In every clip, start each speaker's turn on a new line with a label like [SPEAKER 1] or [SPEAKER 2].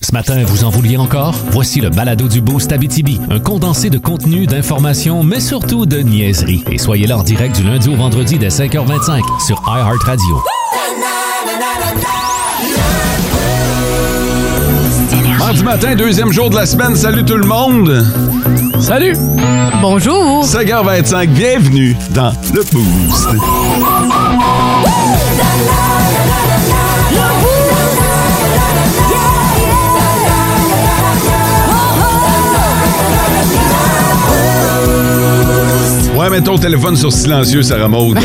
[SPEAKER 1] Ce matin, vous en vouliez encore? Voici le balado du Boost Abitibi, un condensé de contenu, d'informations, mais surtout de niaiseries. Et soyez là en direct du lundi au vendredi dès 5h25 sur iHeartRadio.
[SPEAKER 2] Mardi matin, deuxième jour de la semaine. Salut tout le monde. Salut.
[SPEAKER 3] Bonjour.
[SPEAKER 2] 5h25, bienvenue dans le Boost. Ouais, mets ton téléphone sur silencieux, Sarah Maud.
[SPEAKER 3] ouais,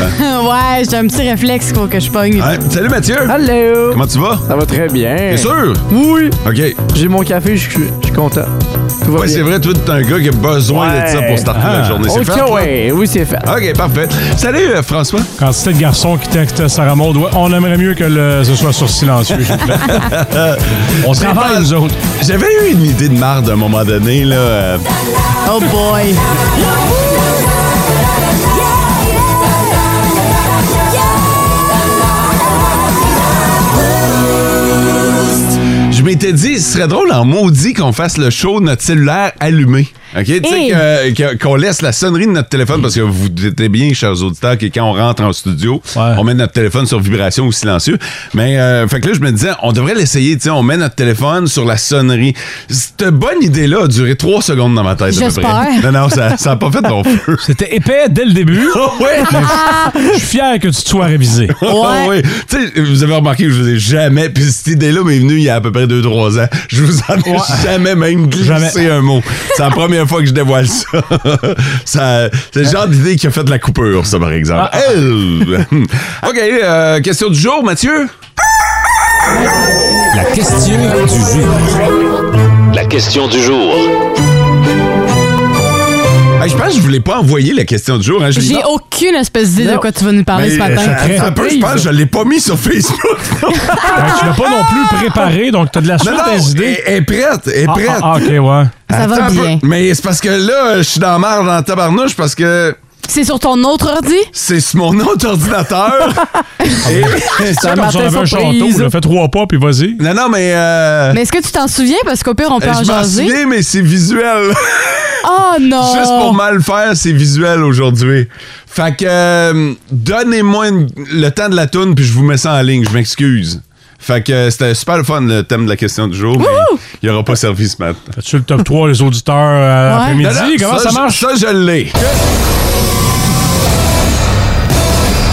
[SPEAKER 3] j'ai un petit réflexe qu'il faut que je pogne.
[SPEAKER 2] Ouais. Salut Mathieu.
[SPEAKER 4] Hello.
[SPEAKER 2] Comment tu vas?
[SPEAKER 4] Ça va très bien.
[SPEAKER 2] T'es sûr?
[SPEAKER 4] Oui.
[SPEAKER 2] OK.
[SPEAKER 4] J'ai mon café, je suis je suis content. Tout va
[SPEAKER 2] Ouais,
[SPEAKER 4] bien.
[SPEAKER 2] c'est vrai, toi, t'es un gars qui a besoin de ça pour starter la journée. C'est
[SPEAKER 4] OK,
[SPEAKER 2] fait, toi?
[SPEAKER 4] ouais. Oui, c'est fait.
[SPEAKER 2] OK, parfait. Salut euh, François.
[SPEAKER 5] Quantité de garçons qui textent Sarah Maud. Ouais, on aimerait mieux que le- ce soit sur silencieux, s'il vous plaît. on se
[SPEAKER 2] pas-
[SPEAKER 5] travaille, nous autres.
[SPEAKER 2] J'avais eu une idée de marde à un moment donné, là. euh,
[SPEAKER 3] Oh boy.
[SPEAKER 2] Je m'étais dit, ce serait drôle en maudit qu'on fasse le show notre cellulaire allumé. OK? Tu sais,
[SPEAKER 3] Hey!
[SPEAKER 2] que- que- qu'on laisse la sonnerie de notre téléphone parce que vous êtes bien, chers auditeurs, que quand on rentre en studio,
[SPEAKER 5] Ouais.
[SPEAKER 2] on met notre téléphone sur vibration ou silencieux. Mais, euh, fait que là, je me disais, on devrait l'essayer. Tu sais, on met notre téléphone sur la sonnerie. Cette bonne idée-là a duré trois secondes dans ma tête, à peu près.
[SPEAKER 3] J'espère.
[SPEAKER 2] Non, non, ça n'a pas fait non plus.
[SPEAKER 5] C'était épais dès le début.
[SPEAKER 2] ouais!
[SPEAKER 5] Je suis fier que tu te sois révisé.
[SPEAKER 2] Ah oui. Tu sais, vous avez remarqué que je vous ai jamais. Puis cette idée-là m'est venue il y a à peu près 2-3 ans. Je vous en ai jamais même glissé
[SPEAKER 5] Jamais.
[SPEAKER 2] un mot. C'est la première fois que je dévoile ça. ça c'est le genre d'idée qui a fait la coupure, ça, par exemple.
[SPEAKER 5] Ah.
[SPEAKER 2] Elle! OK, euh, question du jour, Mathieu.
[SPEAKER 1] La question du jour.
[SPEAKER 6] La question du jour.
[SPEAKER 2] Ah, je pense que je voulais pas envoyer la question du jour. Hein, je l'ai-
[SPEAKER 3] J'ai aucune espèce d'idée de
[SPEAKER 4] Non.
[SPEAKER 3] quoi tu vas nous parler ce
[SPEAKER 2] Mais,
[SPEAKER 3] matin.
[SPEAKER 2] euh, ça- ça peut, je pense que je l'ai pas mis sur Facebook.
[SPEAKER 5] Fait que Ben, tu l'as pas non plus préparé, donc tu as de la
[SPEAKER 2] Non,
[SPEAKER 5] suite
[SPEAKER 2] non,
[SPEAKER 5] à tes
[SPEAKER 2] elle
[SPEAKER 5] idées.
[SPEAKER 2] elle est prête, elle est
[SPEAKER 5] Ah,
[SPEAKER 2] prête.
[SPEAKER 5] ah, ah, OK, ouais.
[SPEAKER 3] Ça va
[SPEAKER 2] Attends un peu.
[SPEAKER 3] bien.
[SPEAKER 2] Mais c'est parce que là, je suis dans la merde dans la tabarnouche parce que
[SPEAKER 3] C'est sur ton autre ordi?
[SPEAKER 2] c'est sur mon autre ordinateur. Et-
[SPEAKER 5] Ah, C'est
[SPEAKER 4] un
[SPEAKER 5] comme si
[SPEAKER 4] matin
[SPEAKER 5] on avait un
[SPEAKER 4] surprise.
[SPEAKER 5] château. Là. Fais trois pas, puis vas-y.
[SPEAKER 2] non, non, mais. euh,
[SPEAKER 3] Mais est-ce que tu t'en souviens? Parce qu'au pire, on peut en
[SPEAKER 2] je m'en
[SPEAKER 3] jaser.
[SPEAKER 2] souviens, mais c'est visuel.
[SPEAKER 3] Oh non!
[SPEAKER 2] Juste pour mal faire, c'est visuel aujourd'hui. Fait que euh, donnez-moi une- le temps de la toune, puis je vous mets ça en ligne. Je m'excuse. Fait que euh, c'était super le fun, le thème de la question du jour, mais il aura pas servi ce matin.
[SPEAKER 5] As-tu le top 3 des auditeurs euh,
[SPEAKER 3] Ouais.
[SPEAKER 2] Non, non,
[SPEAKER 5] après-midi? Comment ça,
[SPEAKER 2] je-
[SPEAKER 5] marche?
[SPEAKER 2] Ça, je l'ai.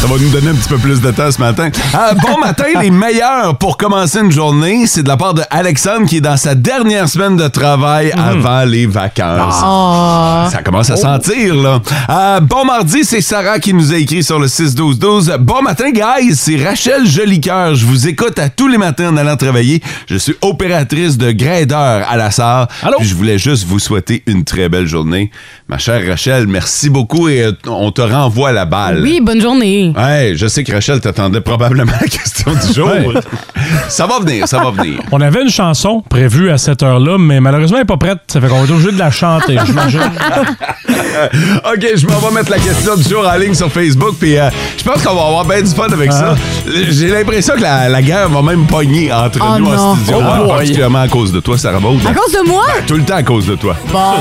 [SPEAKER 2] Ça va nous donner un petit peu plus de temps ce matin. Ah, bon matin, les meilleurs pour commencer une journée, c'est de la part de Alexandre qui est dans sa dernière semaine de travail
[SPEAKER 1] Mhm.
[SPEAKER 2] avant les vacances.
[SPEAKER 5] Ah.
[SPEAKER 2] Ça commence
[SPEAKER 5] Oh.
[SPEAKER 2] à sentir, là. Euh, bon mardi, c'est Sarah qui nous a écrit sur le 6-12-12. Bon matin, guys, c'est Rachel Jolicoeur. Je vous écoute à tous les matins en allant travailler. Je suis opératrice de graideur à la SAR.
[SPEAKER 5] Allô?
[SPEAKER 2] Puis je voulais juste vous souhaiter une très belle journée. Ma chère Rachel, merci beaucoup et euh, on te renvoie la balle.
[SPEAKER 3] Oui, bonne journée.
[SPEAKER 2] Ouais, je sais que Rachel t'attendait probablement la question du jour.
[SPEAKER 5] Ouais.
[SPEAKER 2] ça va venir, ça va venir.
[SPEAKER 5] Oh. On avait une chanson prévue à cette heure-là, mais malheureusement, elle n'est pas prête. Ça fait qu'on va être obligé de la chanter, j'imagine.
[SPEAKER 2] OK, je m'en vais mettre la question du jour en ligne sur Facebook, puis euh, je pense qu'on va avoir bien du fun avec ça.
[SPEAKER 3] Ah.
[SPEAKER 2] J'ai l'impression que la, la guerre va même pogner entre
[SPEAKER 3] Oh
[SPEAKER 2] nous en
[SPEAKER 3] non.
[SPEAKER 2] studio,
[SPEAKER 3] Oh
[SPEAKER 2] hein,
[SPEAKER 3] boy.
[SPEAKER 2] particulièrement à cause de toi, Sarah Baud.
[SPEAKER 3] À cause de moi?
[SPEAKER 2] Tout le temps à cause de toi.
[SPEAKER 3] Bon.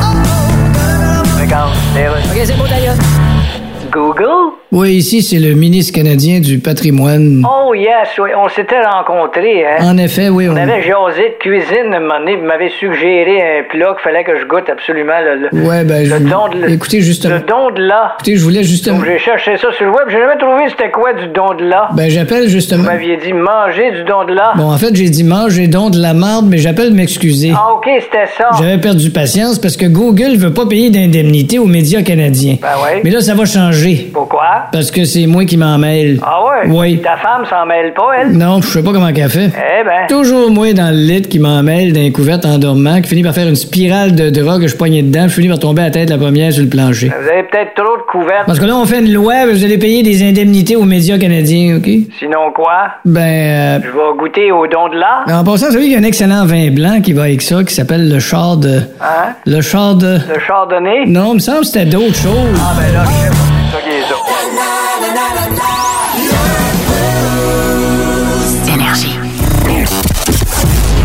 [SPEAKER 7] Oh, oh, oh,
[SPEAKER 8] Google?
[SPEAKER 9] Oui, ici, c'est le ministre canadien du patrimoine.
[SPEAKER 8] Oh yes, oui, on s'était rencontrés, hein?
[SPEAKER 9] En effet, oui,
[SPEAKER 8] On
[SPEAKER 9] on-
[SPEAKER 8] avait jasé de cuisine à un moment donné, vous m'avez suggéré un plat qu'il fallait que je goûte absolument. Le, le-
[SPEAKER 9] Ouais, ben,
[SPEAKER 8] le
[SPEAKER 9] je-
[SPEAKER 8] don de,
[SPEAKER 9] écoutez, justement-
[SPEAKER 8] Le don de là.
[SPEAKER 9] Écoutez, je voulais justement...
[SPEAKER 8] Donc, j'ai cherché ça sur le web, j'ai jamais trouvé c'était quoi du don de là.
[SPEAKER 9] Ben, j'appelle justement-
[SPEAKER 8] Vous m'aviez dit manger du don de là.
[SPEAKER 9] Bon, en fait, j'ai dit mange et don de la marde, mais j'appelle m'excuser.
[SPEAKER 8] Ah, ok, c'était ça.
[SPEAKER 9] J'avais perdu patience parce que Google veut pas payer d'indemnité aux médias canadiens.
[SPEAKER 8] Ben ouais.
[SPEAKER 9] Mais là, ça va changer.
[SPEAKER 8] Pourquoi?
[SPEAKER 9] Parce que c'est moi qui m'en mêle.
[SPEAKER 8] Ah ouais?
[SPEAKER 9] Oui.
[SPEAKER 8] Ta femme s'en mêle pas, elle?
[SPEAKER 9] Non, je sais pas comment qu'elle fait.
[SPEAKER 8] Eh ben.
[SPEAKER 9] Toujours moi dans le lit qui m'en mêle d'un couvert en dormant, qui finit par faire une spirale de drogue que je poignais dedans, je finis par tomber à la tête la première sur le plancher.
[SPEAKER 8] Vous avez peut-être trop de couvertes.
[SPEAKER 9] Parce que là, on fait une loi, vous allez payer des indemnités aux médias canadiens, OK?
[SPEAKER 8] Sinon quoi?
[SPEAKER 9] Ben, euh,
[SPEAKER 8] Je vais goûter au don de là.
[SPEAKER 9] en passant, vous savez qu'il y a un excellent vin blanc qui va avec ça, qui s'appelle le char de...
[SPEAKER 8] Hein?
[SPEAKER 9] Le char de...
[SPEAKER 8] Le chardonnay?
[SPEAKER 9] Non, il me semble que c'était d'autres choses.
[SPEAKER 8] Ah ben là, je sais pas. Ça, qui est ça.
[SPEAKER 7] Énergie.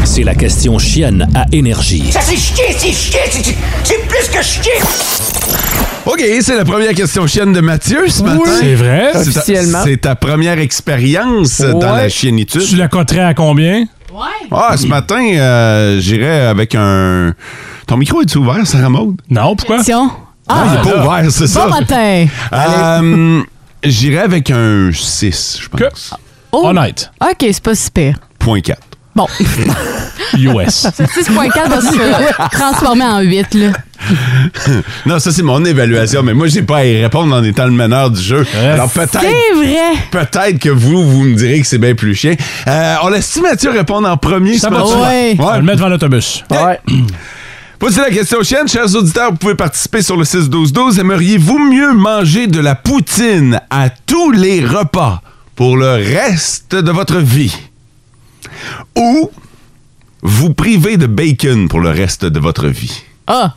[SPEAKER 1] C'est la question chienne à énergie.
[SPEAKER 10] c'est chier, c'est chier, c'est- c'est plus que chier!
[SPEAKER 2] OK, c'est la première question chienne de Mathieu ce matin.
[SPEAKER 5] C'est vrai.
[SPEAKER 2] C'est ta-
[SPEAKER 4] Officiellement.
[SPEAKER 2] C'est ta première expérience dans
[SPEAKER 5] Ouais.
[SPEAKER 2] la chienitude.
[SPEAKER 5] Tu la coterais à combien?
[SPEAKER 2] Ah, ce matin, euh, j'irai avec un. Ton micro est ouvert, Sarah Maud?
[SPEAKER 5] Non, pourquoi?
[SPEAKER 3] Question.
[SPEAKER 2] Ah, il est pas ouvert, c'est ça.
[SPEAKER 3] Bon matin.
[SPEAKER 2] Euh, j'irai avec un 6, je pense.
[SPEAKER 3] Oh.
[SPEAKER 5] Honnête.
[SPEAKER 3] OK, c'est pas si pire.
[SPEAKER 2] Point 4.
[SPEAKER 3] Bon,
[SPEAKER 5] US.
[SPEAKER 3] ce 6.4 va se transformer en 8, là.
[SPEAKER 2] Non, ça, c'est mon évaluation, mais moi, j'ai pas à y répondre en étant le meneur du jeu. Alors, peut-être.
[SPEAKER 3] C'est vrai.
[SPEAKER 2] Peut-être que vous, vous me direz que c'est bien plus chien. Euh, on laisse Mathieu répondre en premier.
[SPEAKER 5] Ça
[SPEAKER 2] ce
[SPEAKER 5] va,
[SPEAKER 2] matin?
[SPEAKER 3] ouais.
[SPEAKER 5] On va le mettre devant l'autobus.
[SPEAKER 4] Ouais.
[SPEAKER 2] Voici la question chienne. Chers auditeurs, vous pouvez participer sur le 6-12-12. Aimeriez-vous mieux manger de la poutine à tous les repas pour le reste de votre vie? Ou vous priver de bacon pour le reste de votre vie?
[SPEAKER 3] Ah,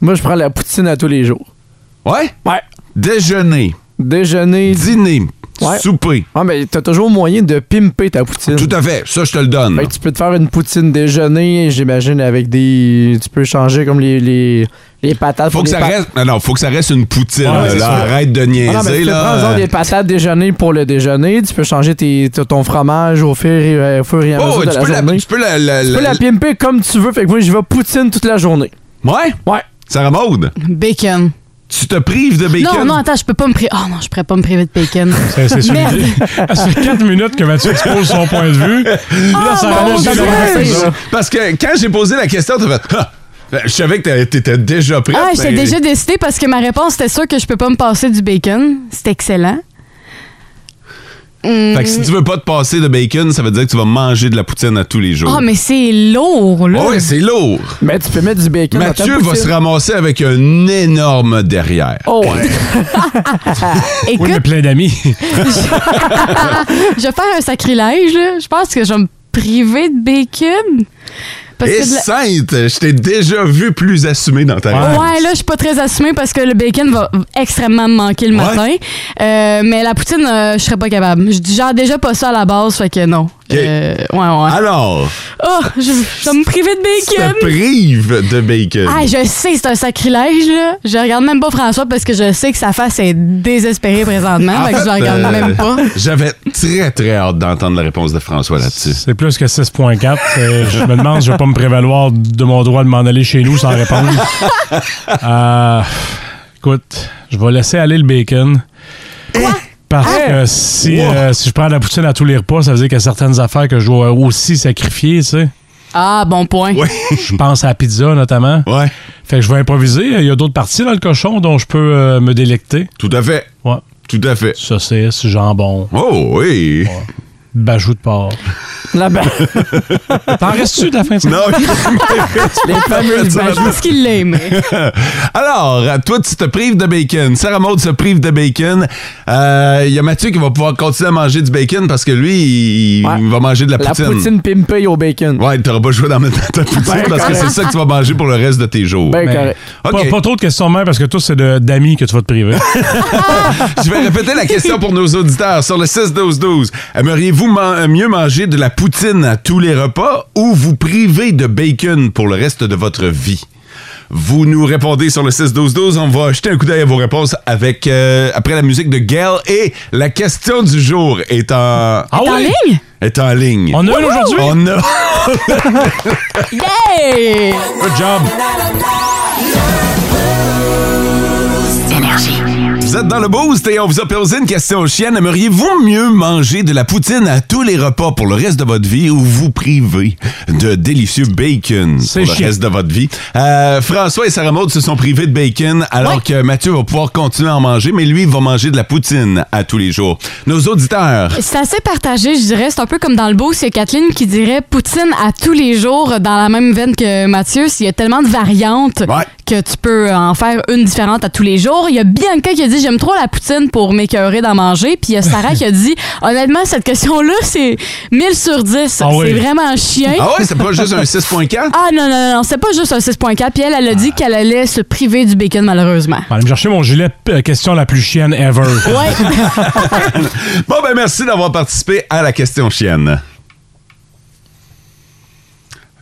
[SPEAKER 4] Moi, je prends la poutine à tous les jours.
[SPEAKER 2] Ouais?
[SPEAKER 4] Ouais.
[SPEAKER 2] Déjeuner,
[SPEAKER 4] Déjeuner.
[SPEAKER 2] dîner,
[SPEAKER 4] Ouais.
[SPEAKER 2] souper.
[SPEAKER 4] Ah, mais t'as toujours moyen de pimper ta poutine.
[SPEAKER 2] Tout à fait. Ça, je te le donne.
[SPEAKER 4] Fait que tu peux te faire une poutine déjeuner, j'imagine, avec des. Tu peux changer comme les, les, les patates.
[SPEAKER 2] Faut
[SPEAKER 4] pour
[SPEAKER 2] que
[SPEAKER 4] Ah, des
[SPEAKER 2] ça
[SPEAKER 4] pa-
[SPEAKER 2] reste. Non, non, faut que ça reste une poutine.
[SPEAKER 4] Ouais,
[SPEAKER 2] là,
[SPEAKER 4] c'est
[SPEAKER 2] là.
[SPEAKER 4] ça.
[SPEAKER 2] arrête de niaiser.
[SPEAKER 4] Ah non, mais tu peux
[SPEAKER 2] là. euh,
[SPEAKER 4] prendre genre, des patates déjeuner pour le déjeuner. Tu peux changer tes, t- ton fromage au fur et, euh, au fur et à
[SPEAKER 2] Oh,
[SPEAKER 4] mesure de
[SPEAKER 2] tu,
[SPEAKER 4] la
[SPEAKER 2] peux la,
[SPEAKER 4] journée.
[SPEAKER 2] tu peux la- la-
[SPEAKER 4] tu peux
[SPEAKER 2] la-
[SPEAKER 4] la pimper comme tu veux. Fait que moi, j'y vais poutine toute la journée.
[SPEAKER 2] Ouais?
[SPEAKER 4] Ouais.
[SPEAKER 2] Sarah Maud,
[SPEAKER 3] bacon.
[SPEAKER 2] tu te prives de bacon?
[SPEAKER 3] Non, non, attends, je peux pas me priver. Oh non, je pourrais pas me priver de bacon.
[SPEAKER 5] C'est c'est sur
[SPEAKER 3] Merde.
[SPEAKER 5] l'idée. Ça fait 4 minutes que Mathieu expose son point de vue.
[SPEAKER 4] Ah,
[SPEAKER 5] Là, ça
[SPEAKER 3] mon
[SPEAKER 5] remonte à
[SPEAKER 3] Dieu!
[SPEAKER 5] l'autre.
[SPEAKER 2] Ça. Ah, Parce que quand j'ai posé la question, t'as fait. Ah! Je savais que t'a- t'étais déjà Ben, prête.
[SPEAKER 3] Ah, j'étais
[SPEAKER 2] mais-
[SPEAKER 3] déjà décidée parce que ma réponse était sûre que je peux pas me passer du bacon. C'est excellent.
[SPEAKER 2] Fait que si tu veux pas te passer de bacon, ça veut dire que tu vas manger de la poutine à tous les jours.
[SPEAKER 3] Ah, mais c'est lourd, là.
[SPEAKER 2] Oh, ouais, c'est lourd.
[SPEAKER 4] Mais tu peux mettre du bacon
[SPEAKER 2] Mathieu
[SPEAKER 4] dans ta
[SPEAKER 2] va se
[SPEAKER 4] poutine.
[SPEAKER 2] ramasser avec un énorme derrière.
[SPEAKER 4] Oh, ouais.
[SPEAKER 5] Oui, mais
[SPEAKER 3] Écoute,
[SPEAKER 5] plein d'amis.
[SPEAKER 3] je vais faire un sacrilège, là. Je pense que je vais me priver de bacon. Parce
[SPEAKER 2] Et
[SPEAKER 3] que de la-
[SPEAKER 2] sainte, je t'ai déjà vu plus assumé dans ta réponse.
[SPEAKER 3] Ouais, là, je suis pas très assumée parce que le bacon va extrêmement me manquer le
[SPEAKER 2] Ouais.
[SPEAKER 3] matin. Euh, mais la poutine, euh, je serais pas capable. Je digère déjà pas ça à la base, fait que non. Euh, ouais, ouais.
[SPEAKER 2] Alors,
[SPEAKER 3] Oh, je, je vais me priver de
[SPEAKER 2] tu
[SPEAKER 3] bacon.
[SPEAKER 2] te prives de bacon.
[SPEAKER 3] Ah, je sais, c'est un sacrilège, là. Je regarde même pas François parce que je sais que sa face est désespérée présentement,
[SPEAKER 2] En
[SPEAKER 3] fait que je
[SPEAKER 2] fait,
[SPEAKER 3] la regarde
[SPEAKER 2] euh,
[SPEAKER 3] même pas.
[SPEAKER 2] J'avais très, très hâte d'entendre la réponse de François là-dessus.
[SPEAKER 5] C'est plus que 6.4. Euh, je me demande si je vais pas me prévaloir de mon droit de m'en aller chez nous sans répondre. Euh, écoute, je vais laisser aller le bacon. Parce
[SPEAKER 2] Hein?
[SPEAKER 5] que si, euh, si je prends de la poutine à tous les repas, ça veut dire qu'il y a certaines affaires que je dois aussi sacrifier, tu sais.
[SPEAKER 3] Ah, bon point.
[SPEAKER 2] Ouais.
[SPEAKER 5] Je pense à la pizza, notamment.
[SPEAKER 2] Ouais,
[SPEAKER 5] Fait que je vais improviser. Il y a d'autres parties dans le cochon dont je peux euh, me délecter.
[SPEAKER 2] tout à fait.
[SPEAKER 5] Ouais.
[SPEAKER 2] Tout à fait.
[SPEAKER 5] Saucisse, jambon,
[SPEAKER 2] Oh oui!
[SPEAKER 5] bajou de porc.
[SPEAKER 4] Là-bas.
[SPEAKER 5] T'en restes-tu de la fin de semaine?
[SPEAKER 4] Oh,
[SPEAKER 2] Non,
[SPEAKER 4] Les fameux
[SPEAKER 3] Ben, je pense qu'il l'aime.
[SPEAKER 2] Alors, à toi, tu te prives de bacon. Sarah Maud se prive de bacon. Euh, Il y a Mathieu qui va pouvoir continuer à manger du bacon parce que lui, il,
[SPEAKER 4] Ouais.
[SPEAKER 2] il va manger de la
[SPEAKER 4] La
[SPEAKER 2] poutine.
[SPEAKER 4] poutine pimpée au bacon.
[SPEAKER 2] Ouais, t'auras pas le choix d'en mettre dans hein, ta poutine parce que c'est ça que tu vas manger pour le reste de tes jours.
[SPEAKER 4] Ben
[SPEAKER 5] Mais-
[SPEAKER 4] correct.
[SPEAKER 2] Oh, OK,
[SPEAKER 5] Pas, pas trop de questions de mère parce que toi, c'est de- d'amis que tu vas te priver.
[SPEAKER 2] je vais répéter la question pour nos auditeurs sur le 6-12-12. Aimeriez-vous man- euh, mieux manger de la poutine à tous les repas ou vous priver de bacon pour le reste de votre vie? Vous nous répondez sur le 6-12-12. On va jeter un coup d'œil à vos réponses avec euh, après la musique de Gail. Et la question du jour est en...
[SPEAKER 4] Ah
[SPEAKER 5] Est en ouais? ligne?
[SPEAKER 2] Est en ligne.
[SPEAKER 5] On a une aujourd'hui?
[SPEAKER 2] On a...
[SPEAKER 3] Yay!
[SPEAKER 2] Good job. Vous êtes dans le boost et on vous a posé une question chienne. Aimeriez-vous mieux manger de la poutine à tous les repas pour le reste de votre vie ou vous priver de délicieux bacon pour le
[SPEAKER 5] chiant.
[SPEAKER 2] reste de votre vie? Euh, François et Sarah Maud se sont privés de bacon alors que Mathieu va pouvoir continuer à en manger, mais lui, il va manger de la poutine à tous les jours. Nos auditeurs,
[SPEAKER 3] C'est assez partagé, je dirais. C'est un peu comme dans le beau, c'est Kathleen qui dirait poutine à tous les jours dans la même veine que Mathieu. S'il y a tellement de variantes que tu peux en faire une différente à tous les jours. Il y a Bianca qui a dit j'aime trop la poutine pour m'écœurer d'en manger. Puis il y a Sarah qui a dit honnêtement, cette question-là, c'est 1000 sur 10.
[SPEAKER 2] Ah oui.
[SPEAKER 3] C'est vraiment chien.
[SPEAKER 2] Ah ouais, c'est pas juste un 6.4?
[SPEAKER 3] Ah non, non, non, non, c'est pas juste un 6.4. Puis elle, elle a dit qu'elle allait se priver du bacon, malheureusement.
[SPEAKER 5] Allez me chercher mon gilet, euh, question la plus chienne ever.
[SPEAKER 2] bon ben merci d'avoir participé à la question chienne.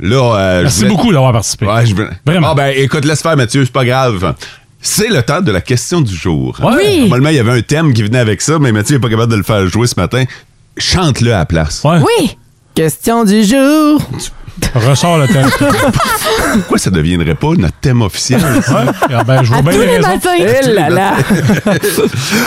[SPEAKER 2] Là, euh,
[SPEAKER 5] Merci
[SPEAKER 2] je voulais-
[SPEAKER 5] beaucoup d'avoir participé.
[SPEAKER 2] Ouais, je veux- Ah, ben, écoute, laisse faire, Mathieu, c'est pas grave. C'est le temps de la question du jour.
[SPEAKER 5] Oui.
[SPEAKER 2] Normalement, il y avait un thème qui venait avec ça, mais Mathieu n'est pas capable de le faire jouer ce matin. Chante-le à la place.
[SPEAKER 3] Oui.
[SPEAKER 4] Question du jour.
[SPEAKER 5] Ressors le thème.
[SPEAKER 2] Pourquoi ça deviendrait pas notre thème officiel?
[SPEAKER 5] Ah ben, je vois À bien tous les les raisons. matins.
[SPEAKER 4] Eh là là.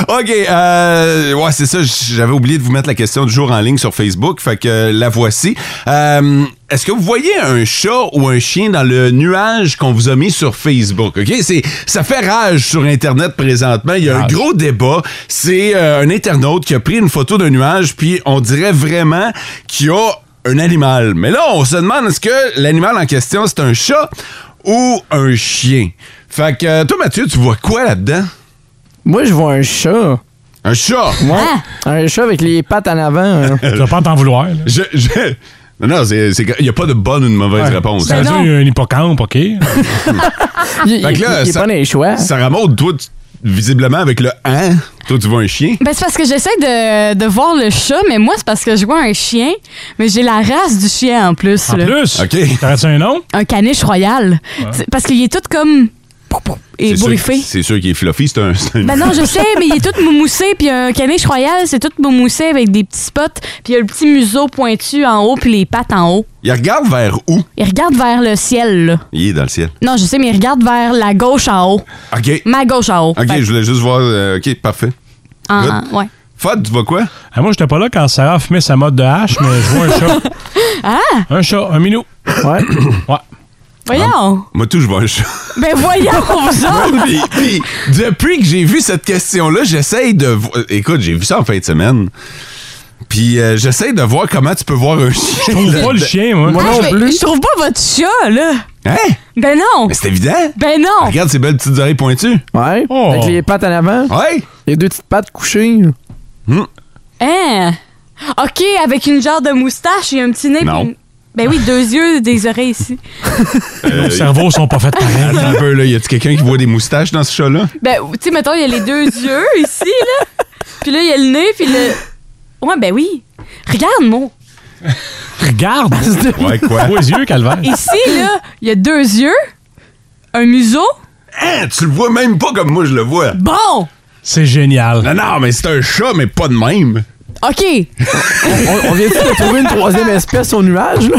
[SPEAKER 2] OK. euh, ouais, c'est ça. J'avais oublié de vous mettre la question du jour en ligne sur Facebook. Fait que la voici. Euh, Est-ce que vous voyez un chat ou un chien dans le nuage qu'on vous a mis sur Facebook? OK? C'est- Ça fait rage sur Internet présentement. Il y a un gros débat. C'est euh, un internaute qui a pris une photo d'un nuage, puis on dirait vraiment qu'il y a un animal. Mais là, on se demande est-ce que l'animal en question, c'est un chat ou un chien? Fait que euh, toi, Mathieu, tu vois quoi là-dedans?
[SPEAKER 4] Moi, je vois un chat.
[SPEAKER 2] Un chat?
[SPEAKER 4] Ouais.
[SPEAKER 3] Ah.
[SPEAKER 4] Un chat avec les pattes en avant. hein.
[SPEAKER 5] Tu vas pas en t'en vouloir. là.
[SPEAKER 2] Je, je- Non, non, c'est- c'est- il n'y a pas de bonne ou de mauvaise
[SPEAKER 5] Ouais.
[SPEAKER 2] réponse.
[SPEAKER 3] Ben
[SPEAKER 5] Ça veut dire, il y a un hippocampe, OK?
[SPEAKER 4] Il-
[SPEAKER 2] Fait que là,
[SPEAKER 4] il- il
[SPEAKER 2] ça-
[SPEAKER 4] prend les choix.
[SPEAKER 2] Sarah Maud, toi, tu- visiblement, avec le « hein », toi, tu vois un chien.
[SPEAKER 3] Ben, c'est parce que j'essaie de, de voir le chat, mais moi, c'est parce que je vois un chien, mais j'ai la race du chien en plus.
[SPEAKER 5] En
[SPEAKER 3] là.
[SPEAKER 5] plus,
[SPEAKER 2] OK.
[SPEAKER 5] t'aurais-tu un nom?
[SPEAKER 3] Un caniche royal. C'est- Parce qu'il est tout comme. pou, pou, Et
[SPEAKER 2] C'est sûr-
[SPEAKER 3] bourriffé.
[SPEAKER 2] C'est sûr qu'il est fluffy, c'est un... c'est un-
[SPEAKER 3] Ben non, je sais, mais il est tout moumoussé, puis un caniche royal, c'est tout moumoussé avec des petits spots, puis il y a le petit museau pointu en haut, puis les pattes en haut.
[SPEAKER 2] Il regarde vers où?
[SPEAKER 3] Il regarde vers le ciel, là.
[SPEAKER 2] Il est dans le ciel.
[SPEAKER 3] Non, je sais, mais il regarde vers la gauche en haut.
[SPEAKER 2] OK.
[SPEAKER 3] Ma gauche en haut. Ben,
[SPEAKER 2] OK,
[SPEAKER 3] Fait-
[SPEAKER 2] je voulais juste voir... euh, OK, parfait.
[SPEAKER 3] en-
[SPEAKER 2] Good.
[SPEAKER 3] en- ouais.
[SPEAKER 2] Fad, tu vois quoi?
[SPEAKER 5] Ah, moi, j'étais pas là quand Sarah fumait sa mode de hache, mais je vois un chat.
[SPEAKER 3] Ah!
[SPEAKER 5] Un chat, un minou.
[SPEAKER 4] Ouais.
[SPEAKER 5] ouais.
[SPEAKER 3] Voyons!
[SPEAKER 2] Moi, tout, je vois un chat.
[SPEAKER 3] Ben voyons, vous
[SPEAKER 2] Ouais,
[SPEAKER 3] autres!
[SPEAKER 2] puis- puis, depuis que j'ai vu cette question-là, j'essaye de. vo- euh, Écoute, j'ai vu ça en fin de semaine. Puis euh, j'essaye de voir comment tu peux voir un chien. Je
[SPEAKER 5] trouve pas le chien, moi.
[SPEAKER 3] Ah, je, vais- je trouve pas votre chat, là!
[SPEAKER 2] Hein?
[SPEAKER 3] Ben non!
[SPEAKER 2] Mais c'est évident.
[SPEAKER 3] Ben non!
[SPEAKER 2] Regarde ces belles petites oreilles pointues.
[SPEAKER 4] Ouais.
[SPEAKER 5] Oh.
[SPEAKER 4] Avec les pattes en avant.
[SPEAKER 2] Ouais. Hmm.
[SPEAKER 4] Les deux petites pattes couchées.
[SPEAKER 3] Hein? OK, avec une genre de moustache et un petit nez.
[SPEAKER 2] Non.
[SPEAKER 3] puis une- Ben oui, deux yeux, des oreilles ici.
[SPEAKER 5] Nos cerveaux sont pas faits pareil.
[SPEAKER 2] Attends un peu, là. Y a-tu quelqu'un qui voit des moustaches dans ce chat-là?
[SPEAKER 3] Ben, tu sais, mettons, il y a les deux yeux ici, là. Puis là, il y a le nez, puis le. Ouais, ben oui. Regarde, moi.
[SPEAKER 5] Regarde!
[SPEAKER 2] Ouais, quoi?
[SPEAKER 5] Vois les yeux, Calvaire.
[SPEAKER 3] Ici, là, il y a deux yeux, un museau.
[SPEAKER 2] Hein? Tu le vois même pas comme moi je le vois.
[SPEAKER 3] Bon!
[SPEAKER 5] C'est génial.
[SPEAKER 2] Non, non, mais c'est un chat, mais pas de même.
[SPEAKER 3] OK.
[SPEAKER 4] On, on vient de trouver une troisième espèce au nuage, là?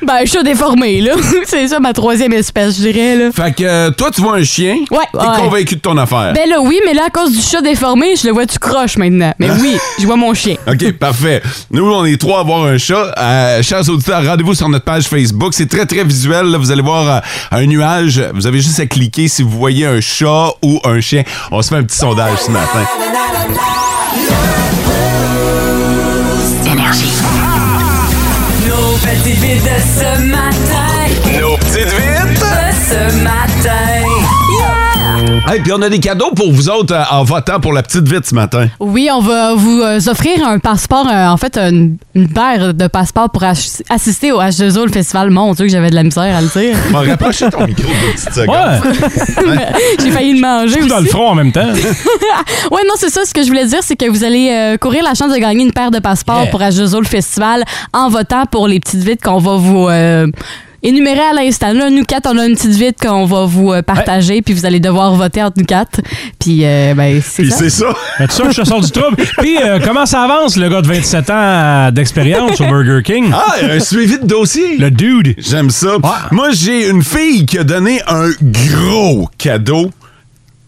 [SPEAKER 3] Ben, je suis déformé, là. C'est ça ma troisième espèce, je dirais, là.
[SPEAKER 2] Fait que euh, toi, tu vois un chien.
[SPEAKER 3] Ouais,
[SPEAKER 2] T'es
[SPEAKER 3] ouais.
[SPEAKER 2] convaincu de ton affaire.
[SPEAKER 3] Ben là, oui, mais là, à cause du chat déformé, je le vois tu croche maintenant. Mais oui, je vois mon chien.
[SPEAKER 2] OK, parfait. Nous, on est trois à voir un chat. Euh, chers auditeurs, rendez-vous sur notre page Facebook. C'est très, très visuel. là. Vous allez voir euh, un nuage. Vous avez juste à cliquer si vous voyez un chat ou un chien. On se fait un petit sondage ce matin.
[SPEAKER 10] Nos petites vites de ce matin. Nos petites vites de ce matin.
[SPEAKER 2] Hey, puis on a des cadeaux pour vous autres euh, en votant pour la petite vite ce matin.
[SPEAKER 3] Oui, on va vous euh, offrir un passeport, euh, en fait, une, une paire de passeports pour as- assister au H2O, le festival. Mon Dieu, que j'avais de la misère à le dire.
[SPEAKER 2] Bon, rapprochez ton micro deux petites secondes.
[SPEAKER 5] Ouais.
[SPEAKER 3] J'ai failli le manger
[SPEAKER 5] Tout
[SPEAKER 3] aussi.
[SPEAKER 5] dans le front en même temps.
[SPEAKER 3] ouais, non, c'est ça. Ce que je voulais dire, c'est que vous allez euh, courir la chance de gagner une paire de passeports
[SPEAKER 5] Yeah.
[SPEAKER 3] pour Ajozo le festival en votant pour les petites vites qu'on va vous euh, énumérées à l'instant. Là, nous quatre, on a une petite vite qu'on va vous euh, partager, puis vous allez devoir voter entre nous quatre. Puis, euh, ben, c'est ça.
[SPEAKER 5] Ben, tu sais, je te sors du trouble. Puis, euh, comment ça avance, le gars de 27 ans euh, d'expérience au Burger King?
[SPEAKER 2] Ah, un suivi de dossier.
[SPEAKER 5] Le dude.
[SPEAKER 2] J'aime ça. Moi, j'ai une fille qui a donné un gros cadeau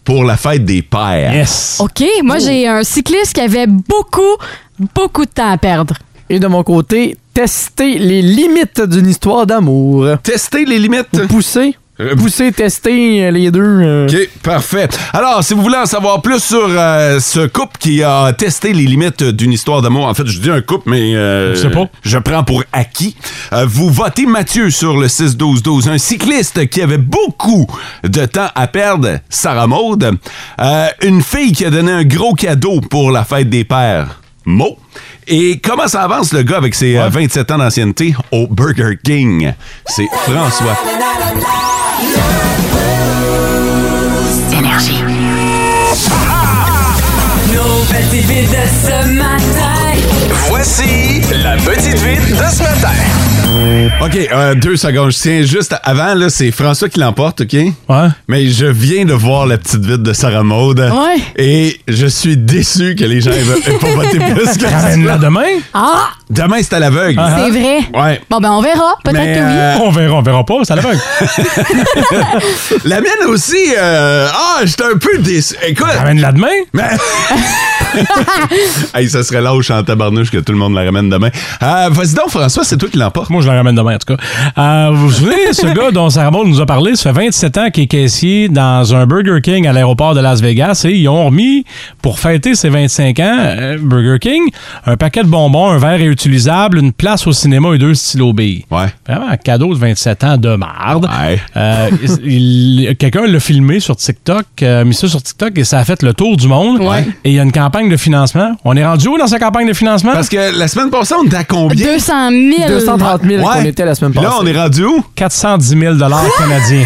[SPEAKER 2] pour la fête des pères.
[SPEAKER 5] Yes.
[SPEAKER 3] OK, moi, j'ai un cycliste qui avait beaucoup, beaucoup de temps à perdre.
[SPEAKER 4] Et de mon côté, tester les limites d'une histoire d'amour.
[SPEAKER 2] Tester les limites? Euh,
[SPEAKER 4] pousser. Pousser, tester euh, les deux. euh.
[SPEAKER 2] OK, parfait. Alors, si vous voulez en savoir plus sur euh, ce couple qui a testé les limites d'une histoire d'amour, en fait, je dis un couple, mais euh,
[SPEAKER 5] Je sais pas.
[SPEAKER 2] je prends pour acquis, euh, vous votez Mathieu sur le 6-12-12, un cycliste qui avait beaucoup de temps à perdre, Sarah Maude, Euh, une fille qui a donné un gros cadeau pour la fête des pères. Mo. Et comment ça avance le gars avec ses euh, 27 ans d'ancienneté au Burger King? C'est François.
[SPEAKER 10] Énergie. Nos petites vites de ce matin.
[SPEAKER 2] Voici la petite vite de ce matin. OK, euh, deux secondes. Je tiens juste avant, là, c'est François qui l'emporte, OK?
[SPEAKER 5] Ouais.
[SPEAKER 2] Mais je viens de voir la petite vite de Sarah Maude.
[SPEAKER 3] Ouais.
[SPEAKER 2] Et je suis déçu que les gens aient aient pas voté plus que ça.
[SPEAKER 5] Ramène-la demain. Ah,
[SPEAKER 3] Ah!
[SPEAKER 2] Demain, c'est à l'aveugle.
[SPEAKER 3] C'est vrai.
[SPEAKER 2] Ouais.
[SPEAKER 3] Bon, ben, on verra.
[SPEAKER 2] Ah, Mais,
[SPEAKER 3] Peut-être que oui.
[SPEAKER 2] euh,
[SPEAKER 5] On verra, on verra pas, ça l'aveugle.
[SPEAKER 2] La mienne aussi, euh, ah, j'étais un peu déçu. Écoute,
[SPEAKER 5] Ramène-la demain.
[SPEAKER 2] mais... hey, ça serait lâche en tabarnouche que tout le monde la ramène demain. Euh, Vas-y donc, François, c'est toi qui l'emporte.
[SPEAKER 5] Moi, je la ramène demain, en tout cas. Euh, vous vous souvenez, ce gars dont Sarah Maud nous a parlé, ça fait 27 ans qu'il est caissier dans un Burger King à l'aéroport de Las Vegas et ils ont remis, pour fêter ses 25 ans, euh, Burger King, un paquet de bonbons, un verre réutilisable, une place au cinéma et deux stylos billes.
[SPEAKER 2] Ouais.
[SPEAKER 5] Vraiment un cadeau de 27 ans de marde.
[SPEAKER 2] Ouais.
[SPEAKER 5] Euh, il- il- Quelqu'un l'a filmé sur TikTok, euh, mis ça sur TikTok et ça a fait le tour du monde.
[SPEAKER 2] Ouais.
[SPEAKER 5] Et il y a une campagne de financement. On est rendu où dans sa campagne de financement?
[SPEAKER 2] Parce que la semaine passée, on était à combien?
[SPEAKER 3] 200 000.
[SPEAKER 4] 230 000
[SPEAKER 2] Ouais.
[SPEAKER 4] qu'on était la semaine
[SPEAKER 2] Puis
[SPEAKER 4] passée.
[SPEAKER 2] Là, on est rendu où?
[SPEAKER 5] 410 000 canadiens.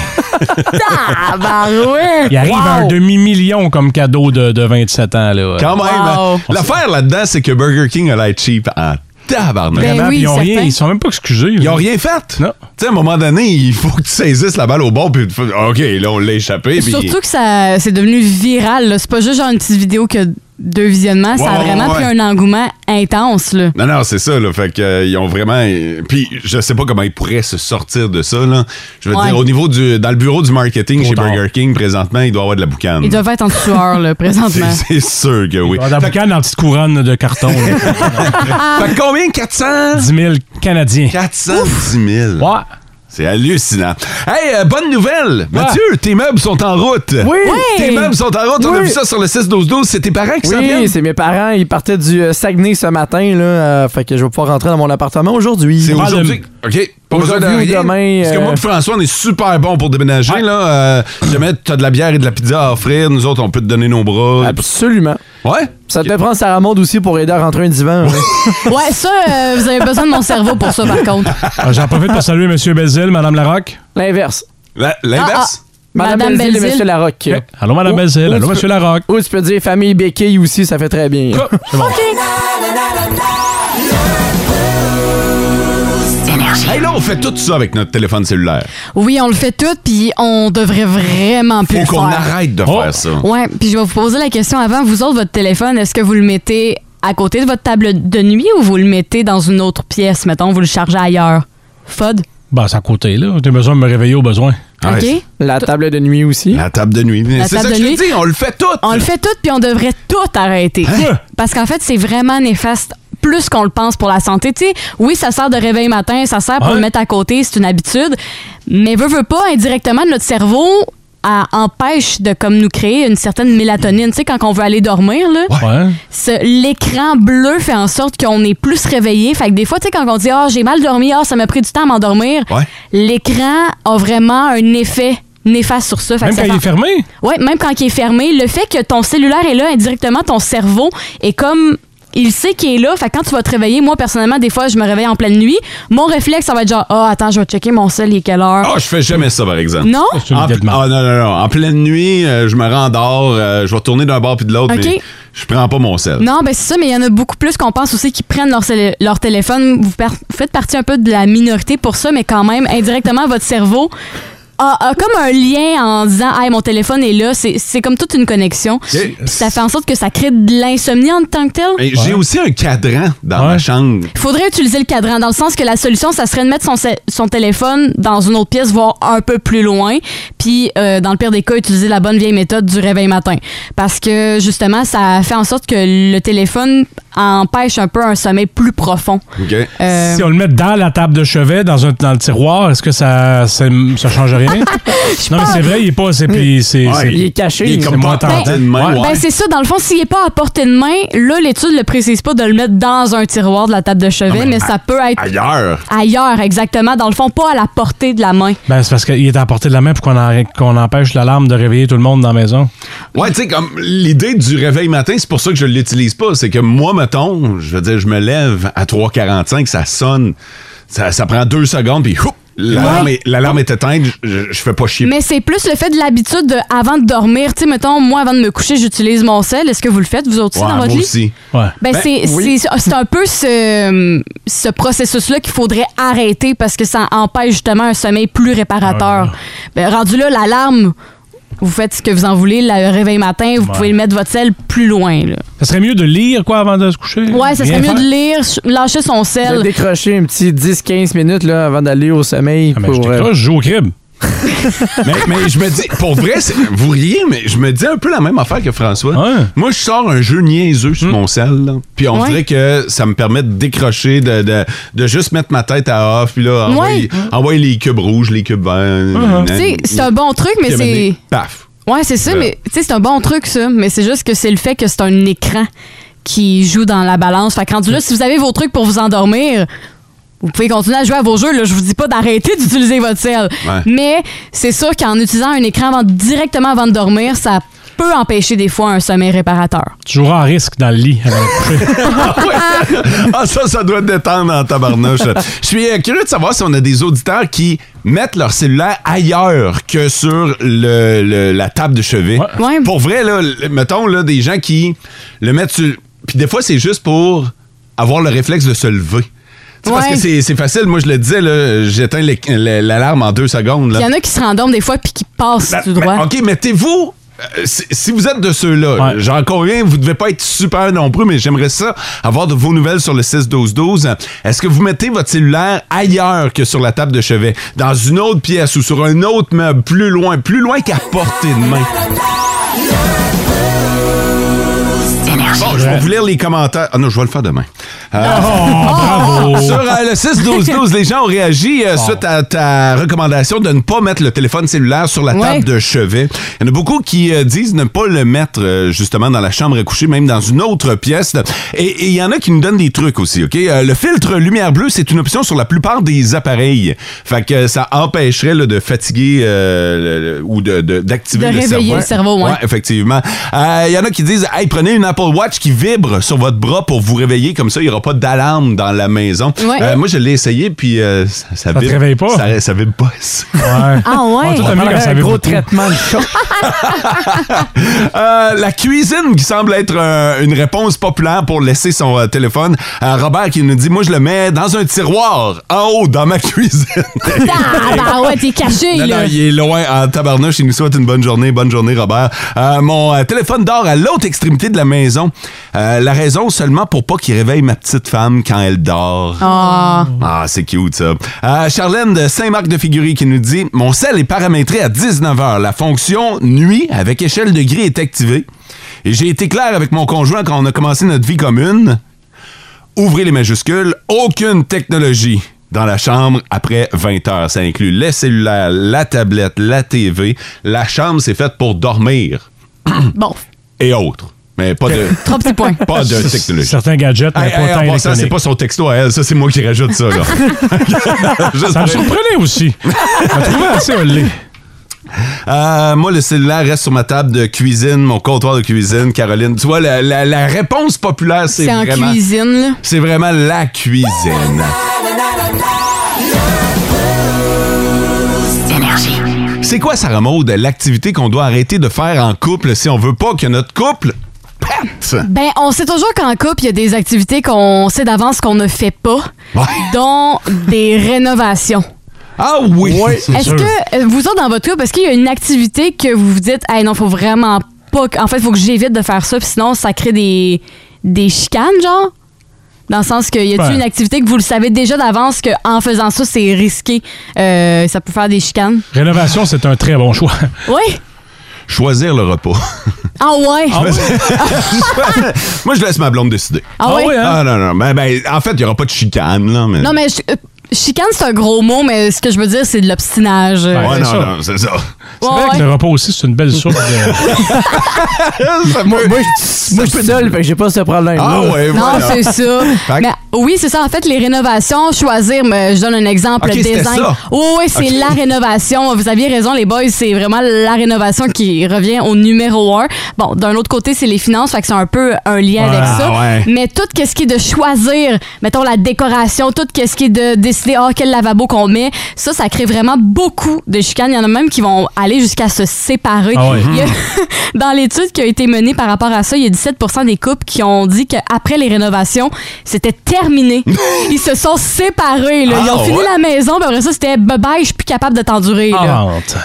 [SPEAKER 3] Ah, ben, ouais.
[SPEAKER 5] Il arrive à un
[SPEAKER 3] Wow.
[SPEAKER 5] demi-million comme cadeau de, de 27 ans. Là.
[SPEAKER 2] Quand même.
[SPEAKER 3] Wow.
[SPEAKER 2] hein? L'affaire là-dedans, c'est que Burger King a l'air cheap en tabarnak.
[SPEAKER 3] Ben
[SPEAKER 5] Vraiment,
[SPEAKER 3] oui,
[SPEAKER 5] puis ils ont rien,
[SPEAKER 3] certain.
[SPEAKER 5] ils sont même pas excusés.
[SPEAKER 2] Ils
[SPEAKER 5] là.
[SPEAKER 2] ont rien fait.
[SPEAKER 5] Non.
[SPEAKER 2] Tu sais, à un moment donné, il faut que tu saisisses la balle au bon, puis tu fais, OK, là, on l'a échappé. puis-
[SPEAKER 3] Surtout que ça c'est devenu viral. là. C'est pas juste genre une petite vidéo que deux visionnements. ça
[SPEAKER 2] Ouais,
[SPEAKER 3] a
[SPEAKER 2] ouais,
[SPEAKER 3] vraiment
[SPEAKER 2] ouais.
[SPEAKER 3] pris un engouement intense. Là.
[SPEAKER 2] Non, non, c'est ça, là. Fait qu'ils ont vraiment. euh, Puis je sais pas comment ils pourraient se sortir de ça, là. Je veux
[SPEAKER 3] Ouais.
[SPEAKER 2] dire, au niveau du. Dans le bureau du marketing
[SPEAKER 5] Trop
[SPEAKER 2] chez
[SPEAKER 5] tard.
[SPEAKER 2] Burger King, présentement, il doit avoir de la boucane.
[SPEAKER 3] Ils doivent être en sueur là, présentement.
[SPEAKER 2] Um. C'est c'est sûr que oui.
[SPEAKER 5] Dans la boucane, dans la petite couronne de carton. là.
[SPEAKER 2] Fait que combien? 400?
[SPEAKER 5] 10 000 Canadiens.
[SPEAKER 2] 410 000.
[SPEAKER 5] Ouais. Ah.
[SPEAKER 2] C'est hallucinant. Hey, euh, bonne nouvelle! Mathieu, tes meubles sont en route.
[SPEAKER 4] Oui!
[SPEAKER 2] Tes meubles sont en route. On a
[SPEAKER 4] Oui.
[SPEAKER 2] vu ça sur le 6-12-12. C'est tes parents qui s'en viennent?
[SPEAKER 4] Oui, c'est mes parents. Ils partaient du euh, Saguenay ce matin. Là, euh, fait que je vais pouvoir rentrer dans mon appartement aujourd'hui.
[SPEAKER 2] C'est
[SPEAKER 5] parle
[SPEAKER 2] aujourd'hui. OK. Pas besoin de
[SPEAKER 4] Aujourd'hui ou
[SPEAKER 2] rien.
[SPEAKER 4] demain,
[SPEAKER 2] Parce que moi
[SPEAKER 4] euh,
[SPEAKER 2] et François, on est super bons pour déménager. Là, euh, jamais tu as de la bière et de la pizza à offrir. Nous autres, on peut te donner nos bras.
[SPEAKER 4] Absolument.
[SPEAKER 2] Ouais?
[SPEAKER 4] Ça devait prendre Sarah Maud aussi pour aider à rentrer un divan. ouais.
[SPEAKER 3] Ouais, ça, euh, vous avez besoin de mon cerveau pour ça, par contre.
[SPEAKER 5] Ah, J'en profite pour saluer M. Belzile, Mme Larocque.
[SPEAKER 4] L'inverse.
[SPEAKER 2] La-
[SPEAKER 3] Ah,
[SPEAKER 2] L'inverse?
[SPEAKER 4] Madame,
[SPEAKER 3] Madame
[SPEAKER 4] Belzile et
[SPEAKER 3] Belzile.
[SPEAKER 4] Monsieur Larocque.
[SPEAKER 5] Allô, Mme
[SPEAKER 4] Oh,
[SPEAKER 5] Belzile.
[SPEAKER 4] oh,
[SPEAKER 5] Allô,
[SPEAKER 4] tu
[SPEAKER 5] M.
[SPEAKER 4] peux-
[SPEAKER 5] Larocque.
[SPEAKER 4] Ou tu peux dire famille Béquille aussi, ça fait très bien.
[SPEAKER 2] Hey, là, on fait tout ça avec notre téléphone cellulaire.
[SPEAKER 3] Oui, on le fait tout, puis on devrait vraiment plus
[SPEAKER 2] Faut
[SPEAKER 3] le
[SPEAKER 2] qu'on
[SPEAKER 3] faire.
[SPEAKER 2] arrête de
[SPEAKER 5] Oh.
[SPEAKER 2] faire ça.
[SPEAKER 3] Ouais, puis je vais vous poser la question avant. Vous autres, votre téléphone, est-ce que vous le mettez à côté de votre table de nuit ou vous le mettez dans une autre pièce, mettons, vous le chargez ailleurs? Fod?
[SPEAKER 5] Ben, c'est à côté, là. J'ai besoin de me réveiller au besoin.
[SPEAKER 2] Ouais,
[SPEAKER 3] OK?
[SPEAKER 4] La table de nuit aussi.
[SPEAKER 2] La table de nuit. C'est
[SPEAKER 3] table
[SPEAKER 2] ça que
[SPEAKER 3] de
[SPEAKER 2] je te
[SPEAKER 3] nuit.
[SPEAKER 2] dis, on le fait tout. Hein?
[SPEAKER 3] On le fait tout, puis on devrait tout arrêter. Parce qu'en fait, c'est vraiment néfaste plus qu'on le pense pour la santé. Tu sais, oui, ça sert de réveil matin, ça sert pour
[SPEAKER 5] Ouais.
[SPEAKER 3] le mettre à côté, c'est une habitude. Mais veut, veut pas, indirectement, notre cerveau à- empêche de comme nous créer une certaine mélatonine. Tu sais, quand on veut aller dormir, là,
[SPEAKER 5] Ouais.
[SPEAKER 3] ce- l'écran bleu fait en sorte qu'on est plus réveillé. Fait que des fois, tu sais, quand on dit « Ah, j'ai mal dormi, ah, ça m'a pris du temps à m'endormir
[SPEAKER 2] Ouais.
[SPEAKER 3] l'écran a vraiment un effet néfaste sur ça. Fait que
[SPEAKER 5] Même
[SPEAKER 3] ça
[SPEAKER 5] quand
[SPEAKER 3] fait-
[SPEAKER 5] il est fermé.
[SPEAKER 3] Ouais, même quand il est fermé, le fait que ton cellulaire est là indirectement, ton cerveau est comme il sait qu'il est là. Fait que quand tu vas te réveiller, moi personnellement, des fois, je me réveille en pleine nuit. Mon réflexe, ça va être genre, ah, attends, je vais checker mon cell, il est quelle heure.
[SPEAKER 2] Ah, je fais jamais ça, par exemple.
[SPEAKER 3] Non?
[SPEAKER 4] Ah,
[SPEAKER 5] C'est
[SPEAKER 2] En,
[SPEAKER 5] une
[SPEAKER 2] pl-
[SPEAKER 5] guette de marde.
[SPEAKER 2] ah, non, non, non. En pleine nuit, euh, je me rendors, euh, je vais tourner d'un bord puis de l'autre.
[SPEAKER 3] Ok.
[SPEAKER 2] mais je prends pas mon sel.
[SPEAKER 3] Non, ben c'est ça, mais il y en a beaucoup plus qu'on pense aussi qui prennent leur, cellé- leur téléphone. Vous, par- vous faites partie un peu de la minorité pour ça, mais quand même, indirectement, votre cerveau a, a comme un lien en disant Hey, mon téléphone est là. C'est c'est comme toute une connexion. Puis Ça fait en sorte que ça crée de l'insomnie en tant que tel.
[SPEAKER 2] Mais J'ai aussi un cadran dans ma chambre.
[SPEAKER 3] Il faudrait utiliser le cadran dans le sens que la solution, ça serait de mettre son, cell- son téléphone dans une autre pièce, voire un peu plus loin. Puis, euh, dans le pire des cas, utiliser la bonne vieille méthode du réveil matin. Parce que, justement, ça fait en sorte que le téléphone empêche un peu un sommeil plus profond. Euh,
[SPEAKER 5] Si on le met dans la table de chevet, dans, un, dans le tiroir, est-ce que ça, ça, ça change rien? non, mais c'est vrai, il est pas. C'est, puis c'est,
[SPEAKER 4] Mm. Ouais,
[SPEAKER 5] c'est-
[SPEAKER 4] il est caché. Il est
[SPEAKER 5] c'est
[SPEAKER 4] comme
[SPEAKER 5] moins
[SPEAKER 4] pas
[SPEAKER 5] tentant.
[SPEAKER 4] à portée de main,
[SPEAKER 5] Ouais.
[SPEAKER 3] Ben, c'est ça. Dans le fond, s'il n'est pas à portée de main, là, l'étude ne le précise pas de le mettre dans un tiroir de la table de
[SPEAKER 4] Ah,
[SPEAKER 3] chevet, mais, ça peut être
[SPEAKER 2] Ailleurs.
[SPEAKER 3] ailleurs, exactement. Dans le fond, pas à la portée de la main.
[SPEAKER 5] Ben, c'est parce qu'il est à portée de la main pour qu'on, en- qu'on empêche l'alarme de réveiller tout le monde dans la maison.
[SPEAKER 2] Ouais, tu sais, comme l'idée du réveil matin, c'est pour ça que je l'utilise pas. C'est que moi, mettons, je veux dire, je me lève à 3h45, ça sonne, ça, ça prend deux secondes, puis houp, l'alarme
[SPEAKER 3] Ouais.
[SPEAKER 2] est, l'alarme est éteinte, je, je fais pas chier.
[SPEAKER 3] Mais c'est plus le fait de l'habitude de- avant de dormir. Tu sais, mettons, moi, avant de me coucher, j'utilise mon sel. Est-ce que vous le faites, vous autres aussi,
[SPEAKER 2] Ouais,
[SPEAKER 3] dans
[SPEAKER 2] moi
[SPEAKER 3] votre lit?
[SPEAKER 2] aussi.
[SPEAKER 3] Ben, c'est c'est- c'est un peu ce, ce processus-là qu'il faudrait arrêter parce que ça empêche justement un sommeil plus
[SPEAKER 2] Ah,
[SPEAKER 3] réparateur. Ben, rendu là, l'alarme, vous faites ce que vous en voulez, le réveil matin, vous
[SPEAKER 5] Ouais.
[SPEAKER 3] pouvez le mettre votre sel plus loin. Là.
[SPEAKER 5] Ça serait mieux de lire, quoi, avant de se coucher?
[SPEAKER 3] Ouais, ça serait
[SPEAKER 5] Rien
[SPEAKER 3] mieux
[SPEAKER 5] faire?
[SPEAKER 3] de lire, lâcher son
[SPEAKER 4] De
[SPEAKER 3] sel.
[SPEAKER 4] décrocher un petit 10-15 minutes là, avant d'aller au sommeil.
[SPEAKER 2] Ah,
[SPEAKER 4] euh,
[SPEAKER 5] mais je décroche, je joue au crib.
[SPEAKER 2] mais, mais je me dis, pour vrai, c'est- vous riez, mais je me dis un peu la même affaire que François. Moi, je sors un jeu niaiseux sur mon sel, là, puis on
[SPEAKER 3] Ouais.
[SPEAKER 2] dirait que ça me permet de décrocher, de, de, de juste mettre ma tête à off, puis là, envoyer,
[SPEAKER 3] Ouais.
[SPEAKER 2] envoyer les cubes rouges, les cubes verts. nan,
[SPEAKER 3] Tu sais, c'est un bon truc, mais
[SPEAKER 2] Puis à un moment
[SPEAKER 3] c'est-
[SPEAKER 2] donné, Paf!
[SPEAKER 3] Ouais, c'est ça,
[SPEAKER 2] Ben.
[SPEAKER 3] mais tu sais, c'est un bon truc, ça. Mais c'est juste que c'est le fait que c'est un écran qui joue dans la balance. Fait que rendu là, si vous avez vos trucs pour vous endormir, vous pouvez continuer à jouer à vos jeux. Là. Je vous dis pas d'arrêter d'utiliser votre sel.
[SPEAKER 2] Ouais.
[SPEAKER 3] Mais c'est sûr qu'en utilisant un écran avant- directement avant de dormir, ça peut empêcher des fois un sommeil réparateur.
[SPEAKER 5] Tu joueras à risque dans le lit. avant de te coucher.
[SPEAKER 2] ah, ça, ça doit détendre en tabarnouche. Je suis euh, curieux de savoir si on a des auditeurs qui mettent leur cellulaire ailleurs que sur le- le- la table de chevet. Pour vrai, là, le- mettons là, des gens qui le mettent sur. Puis des fois, c'est juste pour avoir le réflexe de se lever. Tu sais, Parce
[SPEAKER 3] Ouais.
[SPEAKER 2] que c'est- c'est facile. Moi, je le disais, là, j'éteins l'é- l'alarme en deux secondes.
[SPEAKER 3] Il
[SPEAKER 2] là.
[SPEAKER 3] y en a qui se rendorment des fois puis qui passent
[SPEAKER 2] Ben,
[SPEAKER 3] du
[SPEAKER 2] ben,
[SPEAKER 3] droit.
[SPEAKER 2] OK, mettez-vous. euh, Si, si vous êtes de ceux-là, j'en conviens, vous devez pas être super nombreux, mais j'aimerais ça avoir de vos nouvelles sur le 6-12-12. Est-ce que vous mettez votre cellulaire ailleurs que sur la table de chevet, dans une autre pièce ou sur un autre meuble, plus loin, plus loin qu'à portée de main? Bon, je vais vous lire les commentaires. Ah non, je vais le faire demain. Euh,
[SPEAKER 5] Oh, bravo.
[SPEAKER 2] Sur euh, le 6-12-12, les gens ont réagi euh, suite à ta recommandation de ne pas mettre le téléphone cellulaire sur la table de chevet. Il y en a beaucoup qui euh, disent ne pas le mettre euh, justement dans la chambre à coucher, même dans une autre pièce. Et et il y en a qui nous donnent des trucs aussi, OK? Euh, le filtre lumière bleue, c'est une option sur la plupart des appareils. Fait que euh, ça empêcherait là, de fatiguer euh, le- le- ou de- de- d'activer
[SPEAKER 3] De
[SPEAKER 2] le cerveau.
[SPEAKER 3] réveiller le cerveau, ouais.
[SPEAKER 2] effectivement. Euh, Il y en a qui disent Hey, prenez une Apple Watch qui vibre sur votre bras pour vous réveiller, comme ça, il n'y aura pas d'alarme dans la maison.
[SPEAKER 3] Ouais.
[SPEAKER 2] Euh, moi, je l'ai essayé, puis euh, ça, ça,
[SPEAKER 5] te
[SPEAKER 2] vibre.
[SPEAKER 5] réveille pas?
[SPEAKER 2] Ça, ça vibre pas. ça.
[SPEAKER 3] Ah ouais?
[SPEAKER 5] Ouais, tout à fait, quand ça vibre beaucoup.
[SPEAKER 4] traitement de choc.
[SPEAKER 2] Euh, la cuisine qui semble être euh, une réponse populaire pour laisser son euh, téléphone. Euh, Robert qui nous dit Moi, je le mets dans un tiroir, en haut, dans ma cuisine.
[SPEAKER 3] Ah, bah ouais, t'es caché,
[SPEAKER 2] Non, non,
[SPEAKER 3] là.
[SPEAKER 2] il est loin en tabarnouche. Il nous souhaite une bonne journée. Bonne journée, Robert. Euh, mon euh, téléphone dort à l'autre extrémité de la maison. Euh, la raison seulement pour pas qu'il réveille ma petite femme quand elle dort.
[SPEAKER 3] Ah.
[SPEAKER 2] Ah, c'est cute, ça. Euh, Charlène de Saint-Marc-de-Figury qui nous dit « Mon sel est paramétré à 19h. La fonction « Nuit » avec échelle de gris est activée. Et j'ai été clair avec mon conjoint quand on a commencé notre vie commune. Ouvrez les majuscules, aucune technologie dans la chambre après 20h. Ça inclut les cellulaires, la tablette, la TV. La chambre, c'est faite pour dormir.
[SPEAKER 3] Bon.
[SPEAKER 2] Et autres. Mais pas de...
[SPEAKER 3] Trois petits points.
[SPEAKER 2] Pas de technologie.
[SPEAKER 5] Certains gadgets, mais
[SPEAKER 2] Hey,
[SPEAKER 5] pas
[SPEAKER 2] hey,
[SPEAKER 5] tant
[SPEAKER 2] en passant, c'est
[SPEAKER 5] électroniques.
[SPEAKER 2] pas son texto à elle. Ça, c'est moi qui rajoute ça, là. Juste
[SPEAKER 5] Ça me
[SPEAKER 2] pour-
[SPEAKER 5] surprenait aussi. J'ai trouvé assez au lait.
[SPEAKER 2] Euh, moi, le cellulaire reste sur ma table de cuisine, mon comptoir de cuisine. Caroline, tu vois, la, la- la réponse populaire, c'est
[SPEAKER 3] C'est en
[SPEAKER 2] vraiment...
[SPEAKER 3] cuisine, là.
[SPEAKER 2] C'est vraiment la cuisine. C'est quoi, Sarah Maud, l'activité qu'on doit arrêter de faire en couple si on veut pas que notre couple perde
[SPEAKER 3] Ben, on sait toujours qu'en couple, il y a des activités qu'on sait d'avance qu'on ne fait pas, dont des rénovations.
[SPEAKER 2] Ah oui!
[SPEAKER 3] Est-ce que euh, vous autres, dans votre couple, est-ce qu'il y a une activité que vous vous dites, hey, non, faut vraiment pas. que- En fait, faut que j'évite de faire ça, puis sinon, ça crée des, des chicanes, genre? Dans le sens que y a-t-il
[SPEAKER 5] Ben.
[SPEAKER 3] une activité que vous le savez déjà d'avance que en faisant ça, c'est risqué, euh, ça peut faire des chicanes?
[SPEAKER 5] Rénovation, c'est un très bon choix.
[SPEAKER 3] Oui?
[SPEAKER 2] Choisir le repas.
[SPEAKER 3] Ah ouais!
[SPEAKER 2] Moi, je laisse ma blonde décider.
[SPEAKER 3] Ah Ah oui? oui, hein?
[SPEAKER 2] Ah non, non. Ben, ben, en fait, il n'y aura pas de chicane, là. Mais...
[SPEAKER 3] non, mais ch- euh, chicane, c'est un gros mot, mais ce que je veux dire, c'est de l'obstinage.
[SPEAKER 2] Ouais,
[SPEAKER 5] c'est
[SPEAKER 2] non,
[SPEAKER 5] ça.
[SPEAKER 2] non, c'est ça.
[SPEAKER 5] C'est vrai que le repas aussi, c'est une belle source
[SPEAKER 4] moi,
[SPEAKER 5] de.
[SPEAKER 4] moi, je- moi, je suis seul, fait que j'ai pas ce problème.
[SPEAKER 2] Ah ouais,
[SPEAKER 3] Non,
[SPEAKER 2] voilà.
[SPEAKER 3] c'est ça.
[SPEAKER 2] Fait que-
[SPEAKER 3] Mais oui, c'est ça. En fait, les rénovations, choisir, mais je donne un exemple,
[SPEAKER 2] Ok,
[SPEAKER 3] le
[SPEAKER 2] c'était
[SPEAKER 3] design.
[SPEAKER 2] ça.
[SPEAKER 3] Oui, oui, c'est
[SPEAKER 2] Ok.
[SPEAKER 3] la rénovation. Vous aviez raison, les boys, c'est vraiment la rénovation qui revient au numéro un. Bon, d'un autre côté, c'est les finances, fait que c'est un peu un lien
[SPEAKER 2] Ouais,
[SPEAKER 3] avec ça.
[SPEAKER 2] ouais.
[SPEAKER 3] Mais tout ce qui est de choisir, mettons la décoration, tout ce qui est de décider, ah, quel lavabo qu'on met, ça, ça crée vraiment beaucoup de chicanes. Il y en a même qui vont aller jusqu'à se séparer.
[SPEAKER 5] Ah ouais.
[SPEAKER 3] Il y a-
[SPEAKER 2] Hmm.
[SPEAKER 3] dans l'étude qui a été menée par rapport à ça, il y a 17 des couples qui ont dit qu'après les rénovations, c'était terminé. Ils se sont séparés. là. Ils ont
[SPEAKER 5] Ah,
[SPEAKER 3] fini
[SPEAKER 5] ouais?
[SPEAKER 3] la maison, puis après ça, c'était bye-bye, je suis plus capable de t'endurer.
[SPEAKER 5] En
[SPEAKER 3] là.
[SPEAKER 5] vente.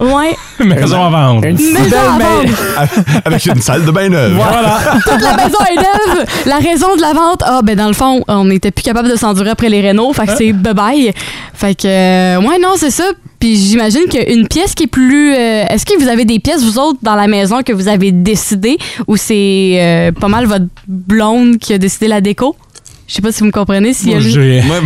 [SPEAKER 3] Ouais.
[SPEAKER 5] Ah. Maison en vente.
[SPEAKER 3] Une Maison belle à vendre.
[SPEAKER 2] Ben, Avec une salle de bain neuve.
[SPEAKER 5] Voilà.
[SPEAKER 3] Toute la maison est neuve. La raison de la vente, ah, ben dans le fond, on n'était plus capable de s'endurer après les rénaux, fait que c'est bye-bye. Fait que, euh, ouais, non, c'est ça. Puis j'imagine qu'une pièce qui est plus... euh, Est-ce que vous avez des pièces, vous autres, dans la maison que vous avez décidé ou c'est euh, pas mal votre blonde qui a décidé la déco? Je sais pas si vous me comprenez. s'il y a
[SPEAKER 5] Moi,
[SPEAKER 3] lui-
[SPEAKER 5] j'ai-
[SPEAKER 2] Moi,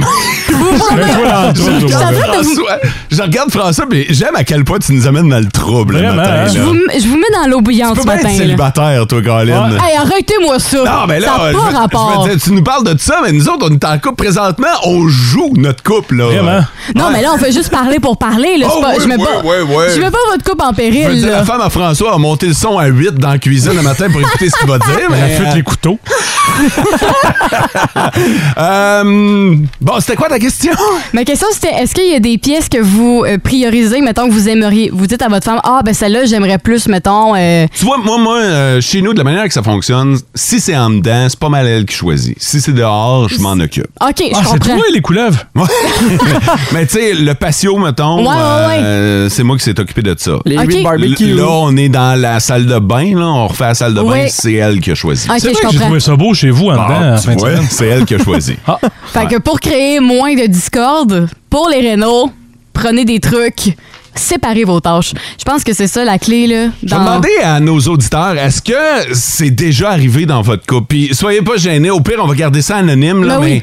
[SPEAKER 5] Je suis en train de
[SPEAKER 2] François, je regarde François, mais j'aime à quel point tu nous amènes dans le trouble le
[SPEAKER 5] Vraiment,
[SPEAKER 2] matin.
[SPEAKER 5] hein?
[SPEAKER 2] là.
[SPEAKER 3] Je vous, je vous mets dans l'eau
[SPEAKER 2] Tu
[SPEAKER 3] bouillante
[SPEAKER 2] peux
[SPEAKER 3] ce
[SPEAKER 2] bien
[SPEAKER 3] matin. là.
[SPEAKER 2] être célibataire, toi, Colin.
[SPEAKER 3] Hey, arrêtez-moi ça!
[SPEAKER 2] Non, mais là,
[SPEAKER 3] ça n'a pas
[SPEAKER 2] je veux- je veux
[SPEAKER 3] rapport.
[SPEAKER 2] dire, tu nous parles de ça, mais nous autres, on est en couple présentement, on joue notre couple, là.
[SPEAKER 5] Vraiment?
[SPEAKER 3] Non, mais là, on fait juste parler pour parler. Là. C'est
[SPEAKER 2] Oh,
[SPEAKER 3] pas-
[SPEAKER 2] oui,
[SPEAKER 3] je mets
[SPEAKER 2] oui,
[SPEAKER 3] pas,
[SPEAKER 2] oui, oui.
[SPEAKER 3] je mets pas votre couple en
[SPEAKER 2] Je veux
[SPEAKER 3] péril.
[SPEAKER 2] dire,
[SPEAKER 3] là.
[SPEAKER 2] la femme à François a monté le son à 8 dans la cuisine le matin pour écouter ce qu'il va dire.
[SPEAKER 5] Elle
[SPEAKER 2] Mais,
[SPEAKER 5] affûte les couteaux.
[SPEAKER 2] euh, bon, c'était quoi ta question?
[SPEAKER 3] Ma question, c'était est-ce qu'il y a des pièces que vous euh, priorisez, mettons, que vous aimeriez Vous dites à votre femme, ah, ben celle-là, j'aimerais plus, mettons. euh,
[SPEAKER 2] Tu vois, moi, moi euh, chez nous, de la manière que ça fonctionne, si c'est en dedans, c'est pas mal elle qui choisit. Si c'est dehors, je m'en occupe.
[SPEAKER 3] OK, je
[SPEAKER 5] Ah, c'est
[SPEAKER 3] comprends.
[SPEAKER 5] toi, les couleuvres.
[SPEAKER 2] Mais tu sais, le patio, mettons,
[SPEAKER 3] Ouais, ouais, ouais.
[SPEAKER 2] euh, c'est moi qui s'est occupé de ça.
[SPEAKER 4] Les
[SPEAKER 3] Ok.
[SPEAKER 4] huit barbecues.
[SPEAKER 2] Là, on est dans la salle de bain, là, on refait la salle de bain,
[SPEAKER 3] Ouais.
[SPEAKER 2] c'est elle qui a choisi.
[SPEAKER 3] Ok,
[SPEAKER 5] C'est
[SPEAKER 3] je
[SPEAKER 5] vrai que j'ai
[SPEAKER 3] comprends.
[SPEAKER 5] trouvé ça beau chez vous en dedans.
[SPEAKER 2] Ah,
[SPEAKER 5] en
[SPEAKER 2] tu
[SPEAKER 5] fin de
[SPEAKER 2] vois,
[SPEAKER 5] semaine.
[SPEAKER 2] c'est elle qui a choisi.
[SPEAKER 5] Ah,
[SPEAKER 3] Fait que pour créer moins de discorde, pour les rénaux, prenez des trucs, séparez vos tâches. Je pense que c'est ça la clé, là.
[SPEAKER 2] Je vais
[SPEAKER 3] dans-
[SPEAKER 2] demander à nos auditeurs, est-ce que c'est déjà arrivé dans votre couple? Puis soyez pas gênés, au pire, on va garder ça anonyme, là,
[SPEAKER 3] Ben
[SPEAKER 2] mais
[SPEAKER 3] oui.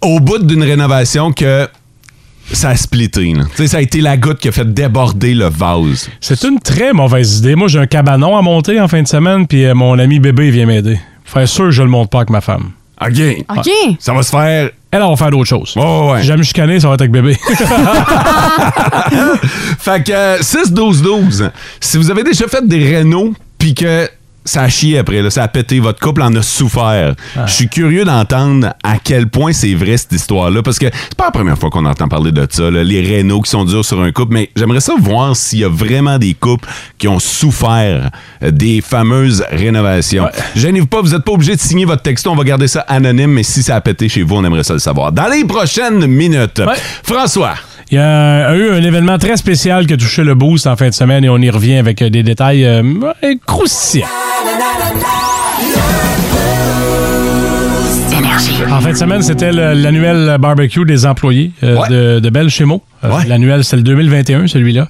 [SPEAKER 2] au bout d'une rénovation que ça a splitté. là. Tu sais, Ça a été la goutte qui a fait déborder le vase.
[SPEAKER 5] C'est une très mauvaise idée. Moi, j'ai un cabanon à monter en fin de semaine, puis euh, mon ami bébé vient m'aider. Faire sûr que je le monte pas avec ma femme.
[SPEAKER 2] OK. Ah,
[SPEAKER 3] OK.
[SPEAKER 2] Ça va se faire.
[SPEAKER 5] Elle, elle va faire d'autres choses.
[SPEAKER 2] Ouais, ouais, ouais.
[SPEAKER 5] Si jamais chicaner, ça va être avec bébé.
[SPEAKER 2] Fait que euh, 6-12-12, si vous avez déjà fait des rénaux, puis que ça a chié après, là, ça a pété, votre couple en a souffert. Je suis curieux d'entendre à quel point c'est vrai cette histoire-là, parce que c'est pas la première fois qu'on entend parler de ça, là, les rénaux qui sont durs sur un couple, mais j'aimerais ça voir s'il y a vraiment des couples qui ont souffert euh, des fameuses rénovations. Gênez-vous pas, vous êtes pas obligé de signer votre texto, on va garder ça anonyme, mais si ça a pété chez vous, on aimerait ça le savoir. Dans les prochaines minutes,
[SPEAKER 5] Ouais.
[SPEAKER 2] François.
[SPEAKER 5] Il y a a eu un événement très spécial qui a touché le boost en fin de semaine et on y revient avec euh, des détails euh, euh, croustillants. En fin de semaine, c'était le- l'annuel barbecue des employés euh,
[SPEAKER 2] Ouais.
[SPEAKER 5] de, de Belle chez Mo. Euh,
[SPEAKER 2] Ouais.
[SPEAKER 5] L'annuel, c'est le 2021, celui-là.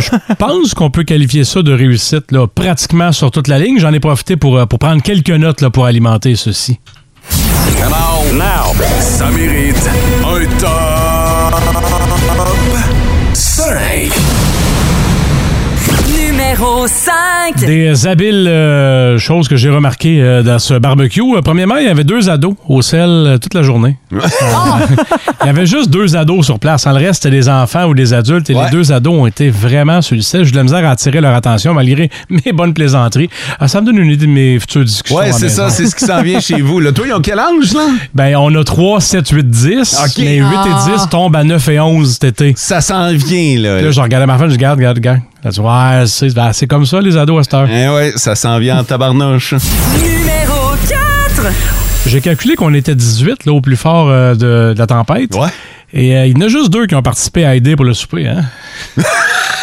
[SPEAKER 5] je pense qu'on peut qualifier ça de réussite là, pratiquement sur toute la ligne. J'en ai profité pour, euh, pour prendre quelques notes là, pour alimenter ceci.
[SPEAKER 11] Ça mérite un top 5.
[SPEAKER 10] Numéro 5.
[SPEAKER 5] Des habiles euh, choses que j'ai remarquées euh, dans ce barbecue. Euh, premièrement, il y avait deux ados au sel euh, toute la journée. Euh, Il y avait juste deux ados sur place. En le reste, c'était des enfants ou des adultes. Et
[SPEAKER 2] Ouais.
[SPEAKER 5] les deux ados ont été vraiment sur le sel. J'ai eu de la misère à attirer leur attention malgré mes bonnes plaisanteries. Ah, ça me donne une idée de mes futures discussions. à
[SPEAKER 2] Ouais,
[SPEAKER 5] la
[SPEAKER 2] c'est ça,
[SPEAKER 5] maison.
[SPEAKER 2] c'est ce qui s'en vient chez vous. Là. Toi, ils ont quel âge, là?
[SPEAKER 5] Ben, on a 3, 7, 8, 10.
[SPEAKER 2] Ok.
[SPEAKER 5] Mais 8
[SPEAKER 3] Ah.
[SPEAKER 5] et 10 tombent à 9 et 11 cet été.
[SPEAKER 2] Ça s'en vient, là.
[SPEAKER 5] Là, je regardais ma femme, je dis, regarde, regarde, regarde. Là, tu vois, ouais, c'est ben, c'est comme ça, les ados à cette heure.
[SPEAKER 2] Eh ouais, ça s'en vient en tabarnouche.
[SPEAKER 10] Numéro 4.
[SPEAKER 5] J'ai calculé qu'on était 18 là, au plus fort euh, de, de la tempête. Ouais. Et euh, il y en a juste deux qui ont participé à aider pour le souper. Hein?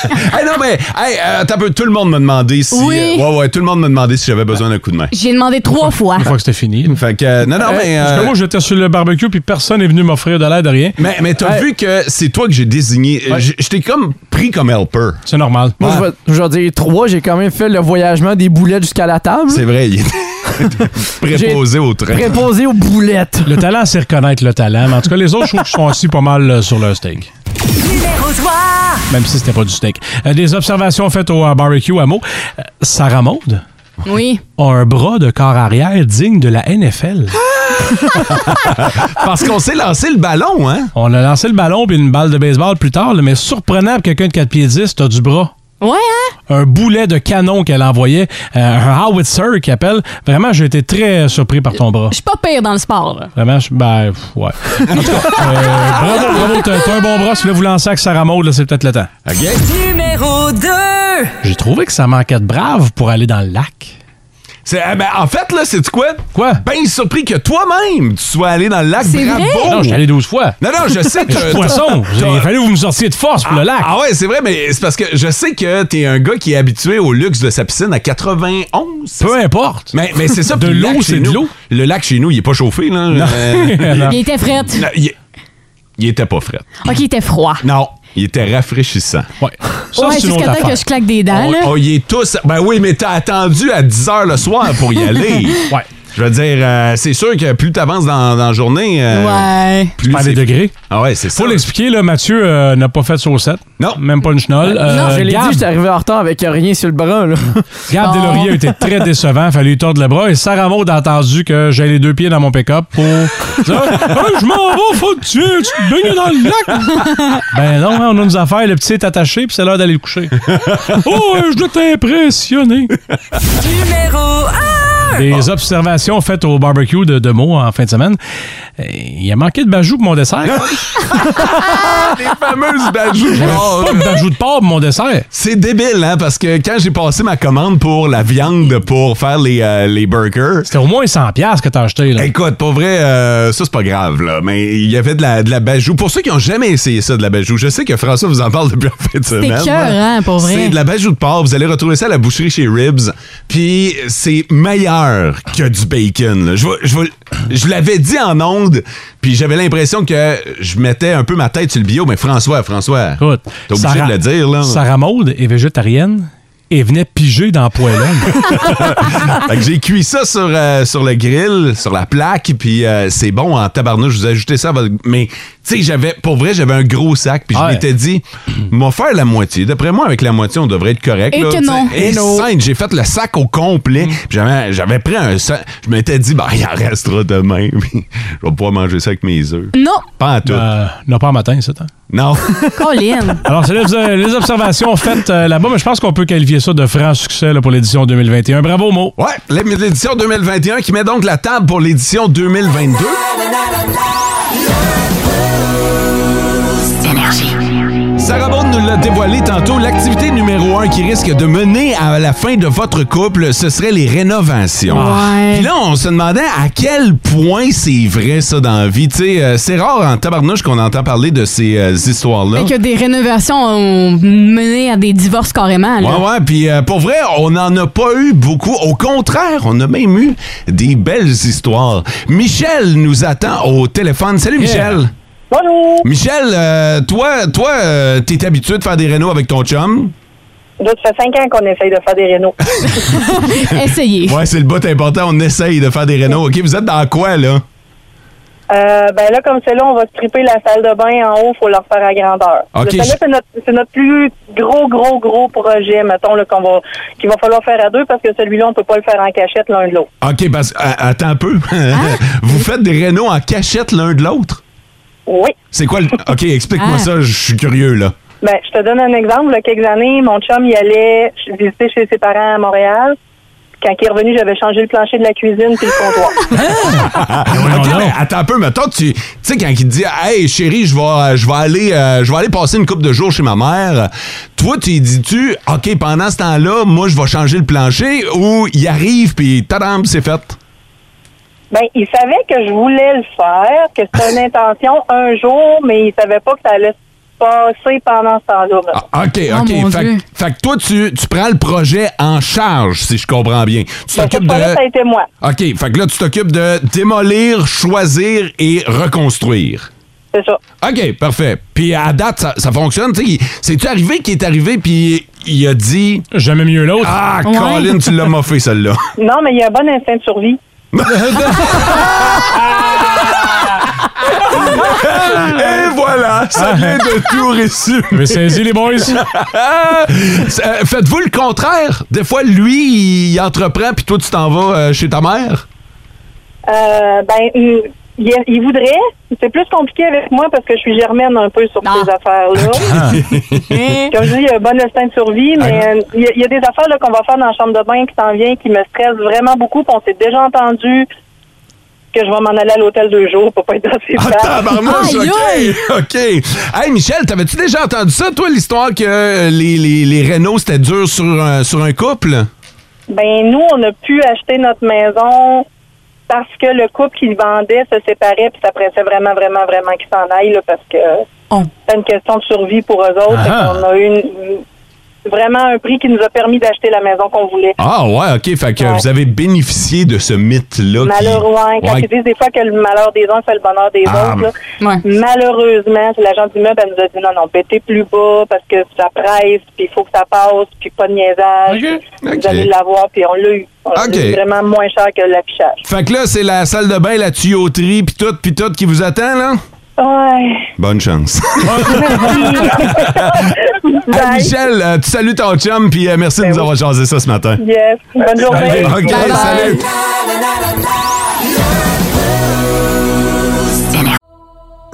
[SPEAKER 2] hey, non, mais, hey, euh, attends un peu, tout le monde m'a demandé si.
[SPEAKER 3] Oui.
[SPEAKER 2] euh, ouais, ouais, tout le monde m'a demandé si j'avais besoin d'un coup de main.
[SPEAKER 3] J'ai demandé trois fois.
[SPEAKER 5] Une fois que c'était fini.
[SPEAKER 2] Fait que, euh, non, non, mais.
[SPEAKER 5] Parce que
[SPEAKER 2] euh,
[SPEAKER 5] moi, j'étais sur le barbecue, puis personne n'est venu m'offrir de l'aide, rien.
[SPEAKER 2] Mais, mais t'as vu que c'est toi que j'ai désigné. Euh, j- Je t'ai comme pris comme helper.
[SPEAKER 5] C'est normal.
[SPEAKER 4] Moi, je vais- je vais dire trois, j'ai quand même fait le voyagement des boulettes jusqu'à la table.
[SPEAKER 2] C'est vrai, il était préposé au train.
[SPEAKER 4] Préposé aux boulettes.
[SPEAKER 5] Le talent, c'est reconnaître le talent. Mais en tout cas, les autres, je trouve qu'ils sont assis pas mal euh, sur leur steak.
[SPEAKER 10] Numéro 3.
[SPEAKER 5] Même si c'était pas du steak. Euh, des observations faites au euh, barbecue à mots. Sarah Maud
[SPEAKER 3] Oui.
[SPEAKER 5] a un bras de corps arrière digne de la NFL.
[SPEAKER 2] Parce qu'on s'est lancé le ballon, hein?
[SPEAKER 5] On a lancé le ballon puis une balle de baseball plus tard, là, mais surprenant pour quelqu'un de 4 pieds 10, t'as du bras.
[SPEAKER 3] Ouais, hein?
[SPEAKER 5] Un boulet de canon qu'elle envoyait, euh, un howitzer qui appelle. Vraiment, j'ai été très surpris par ton bras.
[SPEAKER 3] Je suis pas pire dans le sport, là.
[SPEAKER 5] Vraiment, je, ben, pff, ouais. En tout cas, euh, bravo, bravo, t'as t'as un bon bras. Si vous voulez vous lancer avec Sarah Maud, là, c'est peut-être le temps.
[SPEAKER 10] Numéro 2.
[SPEAKER 5] J'ai trouvé que ça manquait de brave pour aller dans le lac.
[SPEAKER 2] C'est- eh ben, en fait, là, c'est quoi?
[SPEAKER 5] Quoi?
[SPEAKER 2] Ben surpris que toi-même, tu sois allé dans le lac.
[SPEAKER 5] C'est
[SPEAKER 2] Bravo!
[SPEAKER 5] vrai? Non, j'y allais 12 fois.
[SPEAKER 2] Non, non, je sais que.
[SPEAKER 5] Je suis poisson. Il fallait que vous me sortiez de force pour le lac.
[SPEAKER 2] Ah ouais, c'est vrai, mais c'est parce que je sais que t'es un gars qui est habitué au luxe de sa piscine à 91.
[SPEAKER 5] Peu importe.
[SPEAKER 2] Mais, mais c'est ça.
[SPEAKER 5] De
[SPEAKER 2] puis le
[SPEAKER 5] l'eau,
[SPEAKER 2] lac chez
[SPEAKER 5] c'est de
[SPEAKER 2] nous-
[SPEAKER 5] l'eau.
[SPEAKER 2] Le lac chez nous, il est pas chauffé, là. Euh,
[SPEAKER 3] Il était Ah. frette.
[SPEAKER 2] Non, il, il était pas frais.
[SPEAKER 3] OK, il était froid.
[SPEAKER 2] Non, il était rafraîchissant.
[SPEAKER 5] Ouais.
[SPEAKER 3] ouais, jusqu'à temps que je claque des dents, là.
[SPEAKER 2] On, on y est tous. Ben oui, mais t'as attendu à 10 h le soir pour y aller.
[SPEAKER 5] ouais.
[SPEAKER 2] Je veux dire, euh, c'est sûr que plus t'avances dans, dans la journée, euh,
[SPEAKER 3] Ouais.
[SPEAKER 2] plus.
[SPEAKER 5] Par
[SPEAKER 2] c'est-
[SPEAKER 5] les degrés.
[SPEAKER 2] Ah ouais, c'est ça.
[SPEAKER 5] Faut l'expliquer, là, Mathieu euh, n'a pas fait de saucette.
[SPEAKER 2] Non.
[SPEAKER 5] Même pas une chenolle. Euh,
[SPEAKER 4] non, je l'ai dit,
[SPEAKER 5] Gab,
[SPEAKER 4] j'étais arrivé en retard avec rien sur le bras. Là.
[SPEAKER 3] Bon.
[SPEAKER 5] Gab Deslauriers a été très décevant. Fallait lui tordre le bras. Et Sarah Maud a entendu que j'ai les deux pieds dans mon pick-up pour dire Hey, Je m'en vais, faut que tu, tu te baignes dans le lac. ben non, hein, on a nos affaires. Le petit est attaché, puis c'est l'heure d'aller le coucher. oh, je dois t'impressionner.
[SPEAKER 10] Numéro 1.
[SPEAKER 5] Des observations faites au barbecue de, de mots en fin de semaine. Euh, Il a manqué de bajou pour mon dessert.
[SPEAKER 2] Les fameuses bajoues.
[SPEAKER 5] Pas de bajou de porc pour mon dessert.
[SPEAKER 2] C'est débile, hein, parce que quand j'ai passé ma commande pour la viande pour faire les, euh, les burgers,
[SPEAKER 5] C'était au moins 100$ que t'as acheté. Là.
[SPEAKER 2] écoute, pour vrai, euh, ça c'est pas grave, là, mais il y avait de la, de la bajou. Pour ceux qui ont jamais essayé ça, de la bajou, je sais que François vous en parle depuis la fin de semaine.
[SPEAKER 3] écœurant, pour vrai.
[SPEAKER 2] C'est de la bajou de porc, vous allez retrouver ça à la boucherie chez Ribs, puis c'est meilleur que du bacon. là. Je, vais- je, vais- je l'avais dit en onde, puis j'avais l'impression que je mettais un peu ma tête sur le bio, mais François, François,
[SPEAKER 5] Écoute,
[SPEAKER 2] t'es obligé
[SPEAKER 5] Sarah-
[SPEAKER 2] de le dire, là.
[SPEAKER 5] Sarah Maud est végétarienne et venait piger dans Poilon.
[SPEAKER 2] Fait que j'ai cuit ça sur, euh, sur le grill, sur la plaque, puis euh, c'est bon en tabarnouche. Je vous ai ajouté ça à votre- Mais, tu sais, j'avais, pour vrai, j'avais un gros sac, puis je
[SPEAKER 5] Ouais.
[SPEAKER 2] m'étais dit, m'en faire la moitié. D'après moi, avec la moitié, on devrait être correct.
[SPEAKER 3] Et
[SPEAKER 2] là,
[SPEAKER 3] que
[SPEAKER 2] tu sais.
[SPEAKER 3] non.
[SPEAKER 2] Et
[SPEAKER 3] Et non.
[SPEAKER 2] scène, j'ai fait le sac au
[SPEAKER 5] Mm.
[SPEAKER 2] complet, puis j'avais, j'avais pris un sac. Je m'étais dit, ben, il en restera demain, puis je vais pouvoir manger ça avec mes œufs.
[SPEAKER 3] Non,
[SPEAKER 2] Pas en tout.
[SPEAKER 5] Euh, non, pas en matin, ça. hein?
[SPEAKER 2] Non.
[SPEAKER 3] Colin.
[SPEAKER 5] Alors, c'est les, euh, les observations faites euh, là-bas, mais je pense qu'on peut qualifier ça de franc succès là, pour l'édition 2021. Bravo, Mo.
[SPEAKER 2] Ouais, l'édition 2021 qui met donc la table pour l'édition 2022. Sarah Bond nous l'a dévoilé tantôt. L'activité numéro un qui risque de mener à la fin de votre couple, ce serait les rénovations.
[SPEAKER 3] Ouais.
[SPEAKER 2] Puis là, on se demandait à quel point c'est vrai ça dans la vie. Tu sais, euh, c'est rare en tabarnouche qu'on entend parler de ces euh, histoires-là.
[SPEAKER 3] Fait que des rénovations ont mené à des divorces carrément, là.
[SPEAKER 2] Ouais, ouais, puis euh, pour vrai, on n'en a pas eu beaucoup. Au contraire, on a même eu des belles histoires. Michel nous attend au téléphone. Salut, Michel.
[SPEAKER 12] Allô?
[SPEAKER 2] Michel, euh, toi, toi, euh, t'es habitué de faire des rénaux avec ton chum?
[SPEAKER 12] Là, ça fait cinq ans qu'on essaye de faire des rénaux.
[SPEAKER 3] Essayez.
[SPEAKER 2] Ouais, c'est le bout important. On essaye de faire des rénaux. OK, vous êtes dans quoi, là?
[SPEAKER 12] Euh, ben là, comme c'est là, on va stripper la salle de bain en haut, faut le refaire à grandeur.
[SPEAKER 2] Ok,
[SPEAKER 12] Le-
[SPEAKER 2] je-
[SPEAKER 12] Celle-là, c'est notre, c'est notre plus gros, gros, gros projet, mettons, là, qu'on va, qu'il va falloir faire à deux parce que celui-là, on peut pas le faire en cachette l'un de l'autre.
[SPEAKER 2] OK, parce que. euh, Attends un peu. vous faites des rénaux en cachette l'un de l'autre?
[SPEAKER 12] Oui.
[SPEAKER 2] C'est quoi le. OK, explique-moi
[SPEAKER 3] Ah.
[SPEAKER 2] ça. Je suis curieux, là.
[SPEAKER 12] Ben, je te donne un exemple. Il y a quelques années, mon chum, il allait ch- visiter chez ses parents à Montréal. Quand il est revenu, j'avais changé le plancher de la cuisine puis le comptoir.
[SPEAKER 2] OK, mais attends un peu, mettons que tu tu sais quand il te dit "Hey chérie, je vais je vais aller euh, je vais aller passer une coupe de jours chez ma mère." Toi tu lui dis-tu "OK, pendant ce temps-là, moi je vais changer le plancher" ou il arrive puis tadam, c'est fait.
[SPEAKER 12] Ben, il savait que je voulais le faire, que c'était une intention un jour, mais il savait pas que ça allait se passer pendant ce temps-là.
[SPEAKER 2] Ah, OK, OK. fait, que- fait que toi tu, tu prends le projet en charge si je comprends bien. Tu t'occupes de
[SPEAKER 12] Ben, Ça a été moi.
[SPEAKER 2] OK, fait que là tu t'occupes de démolir, choisir et reconstruire.
[SPEAKER 12] C'est ça.
[SPEAKER 2] OK, parfait. Puis à date, ça, ça fonctionne. Tu sais, il- C'est-tu arrivé qui est arrivé, puis il a dit.
[SPEAKER 5] J'aimais mieux l'autre.
[SPEAKER 2] Ah,
[SPEAKER 12] Ouais.
[SPEAKER 2] Colin, tu l'as moffé, celle-là.
[SPEAKER 12] Non, mais il y a un bon instinct de survie.
[SPEAKER 2] Et voilà, ça vient de tout résumer. Mais
[SPEAKER 5] saisis, les boys.
[SPEAKER 2] euh, Faites-vous le contraire. Des fois, lui, il entreprend, puis toi, tu t'en vas euh, chez ta mère.
[SPEAKER 12] Euh, ben, hum, il, il voudrait. C'est plus compliqué avec moi parce que je suis germaine un peu sur ces affaires-là. Comme je dis, il y a un bon instinct de survie, mais euh, il y, a- il y a des affaires là, qu'on va faire dans la chambre de bain qui s'en vient, qui me stressent vraiment beaucoup. puis on s'est déjà entendu que je vais m'en aller à l'hôtel deux jours pour pas être dans ces
[SPEAKER 2] Ah,
[SPEAKER 12] salles.
[SPEAKER 2] barnouche, OK, OK. Hey, Michel, t'avais-tu déjà entendu ça, toi, l'histoire que euh, les, les, les Renault, c'était dur sur un, sur un couple?
[SPEAKER 12] Ben, nous, on a pu acheter notre maison parce que le couple qui le vendait se séparait, puis ça pressait vraiment, vraiment, vraiment qu'ils s'en aillent, là, parce que c'était une question de survie pour eux autres.
[SPEAKER 2] Ah.
[SPEAKER 12] On a eu une- vraiment un prix qui nous a permis d'acheter la maison qu'on voulait.
[SPEAKER 2] Ah ouais, ok. Fait que
[SPEAKER 12] Ouais.
[SPEAKER 2] vous avez bénéficié de ce mythe-là. qui-
[SPEAKER 12] Malheureusement, quand
[SPEAKER 2] Ouais.
[SPEAKER 12] ils disent des fois que le malheur des uns fait le bonheur des
[SPEAKER 2] Ah,
[SPEAKER 12] autres, là, malheureusement, l'agent du meuble, elle nous a dit non, non, pétez plus bas parce que ça presse, puis il faut que ça passe, puis pas de niaisage.
[SPEAKER 2] ok.
[SPEAKER 12] Vous allez l'avoir, puis on l'a eu. On l'a
[SPEAKER 2] Ok.
[SPEAKER 12] eu vraiment moins cher que l'affichage.
[SPEAKER 2] Fait que là, c'est la salle de bain, la tuyauterie, puis tout, puis tout qui vous attend, là?
[SPEAKER 12] Ouais.
[SPEAKER 2] Bonne chance. Hey,
[SPEAKER 12] Bye.
[SPEAKER 2] Michel, euh, tu salues ton chum, puis euh, merci de nous avoir jasé ça ce matin.
[SPEAKER 12] Yes. Bonne journée.
[SPEAKER 2] OK,
[SPEAKER 12] Bye bye.
[SPEAKER 2] salut.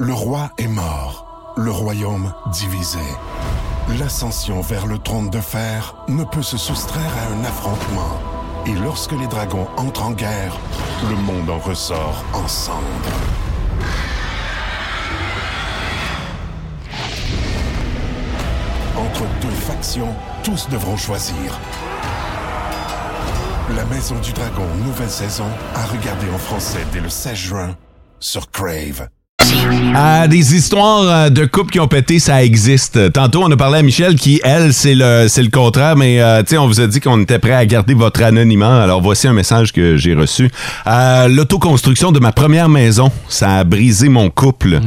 [SPEAKER 13] Le roi est mort, le royaume divisé. L'ascension vers le trône de fer ne peut se soustraire à un affrontement. Et lorsque les dragons entrent en guerre, le monde en ressort ensemble. Entre deux factions, tous devront choisir. La Maison du Dragon, nouvelle saison, à regarder en français dès le 16 juin sur Crave.
[SPEAKER 2] Ah, des histoires euh, de couples qui ont pété, ça existe. Tantôt, on a parlé à Michel qui, elle, c'est le, c'est le contraire, mais euh, tu sais, on vous a dit qu'on était prêt à garder votre anonymat. Alors, voici un message que j'ai reçu. Euh, L'autoconstruction de ma première maison, ça a brisé mon couple,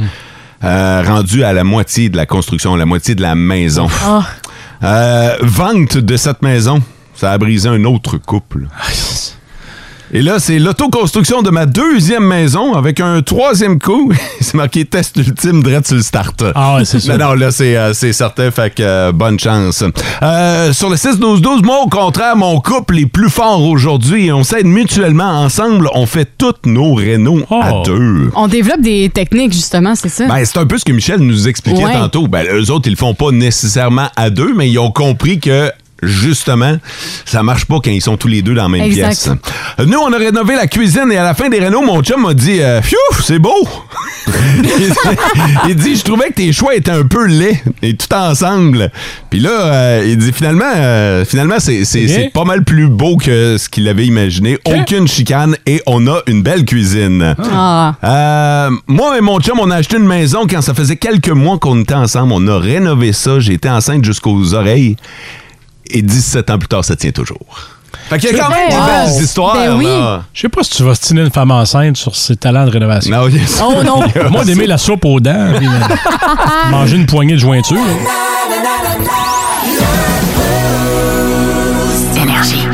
[SPEAKER 2] Euh, rendu à la moitié de la construction, la moitié de la maison. Euh, vente de cette maison, ça a brisé un autre couple. Et là, c'est l'autoconstruction de ma deuxième maison avec un troisième coup. c'est marqué test ultime direct sur le start.
[SPEAKER 5] Ah ouais, c'est sûr.
[SPEAKER 2] Non, non, là, c'est euh, c'est certain, fait que euh, bonne chance. Euh, sur le 6-12-12, moi, au contraire, mon couple est plus fort aujourd'hui. On s'aide mutuellement ensemble. On fait toutes nos rénaux
[SPEAKER 5] Oh.
[SPEAKER 2] à deux.
[SPEAKER 3] On développe des techniques, justement, c'est ça?
[SPEAKER 2] Ben, c'est un peu ce que Michel nous expliquait
[SPEAKER 3] Ouais.
[SPEAKER 2] tantôt. Ben, eux autres, ils le font pas nécessairement à deux, mais ils ont compris que justement, ça marche pas quand ils sont tous les deux dans la même
[SPEAKER 3] Exact.
[SPEAKER 2] pièce. Nous, on a rénové la cuisine et à la fin des rénaux, mon chum m'a dit euh, Pfiou, c'est beau! il dit Je trouvais que tes choix étaient un peu laids et tout ensemble. Puis là, euh, il dit Finalement, euh, finalement c'est c'est-
[SPEAKER 5] Ok.
[SPEAKER 2] c'est pas mal plus beau que ce qu'il avait imaginé. Aucune chicane et on a une belle cuisine.
[SPEAKER 3] Ah.
[SPEAKER 2] Euh, moi et mon chum, on a acheté une maison quand ça faisait quelques mois qu'on était ensemble. On a rénové ça. J'étais enceinte jusqu'aux oreilles. Et 17 ans plus tard, ça tient toujours. Fait qu'il y a quand même des
[SPEAKER 5] Wow.
[SPEAKER 2] belles histoires.
[SPEAKER 3] Ben
[SPEAKER 2] là.
[SPEAKER 5] Je sais pas si tu vas stiner une femme enceinte sur ses talents de rénovation.
[SPEAKER 2] Non, yes.
[SPEAKER 3] Oh, non.
[SPEAKER 5] Moi, d'aimer la soupe aux dents, puis, euh, manger une poignée de jointure.
[SPEAKER 10] Énergie.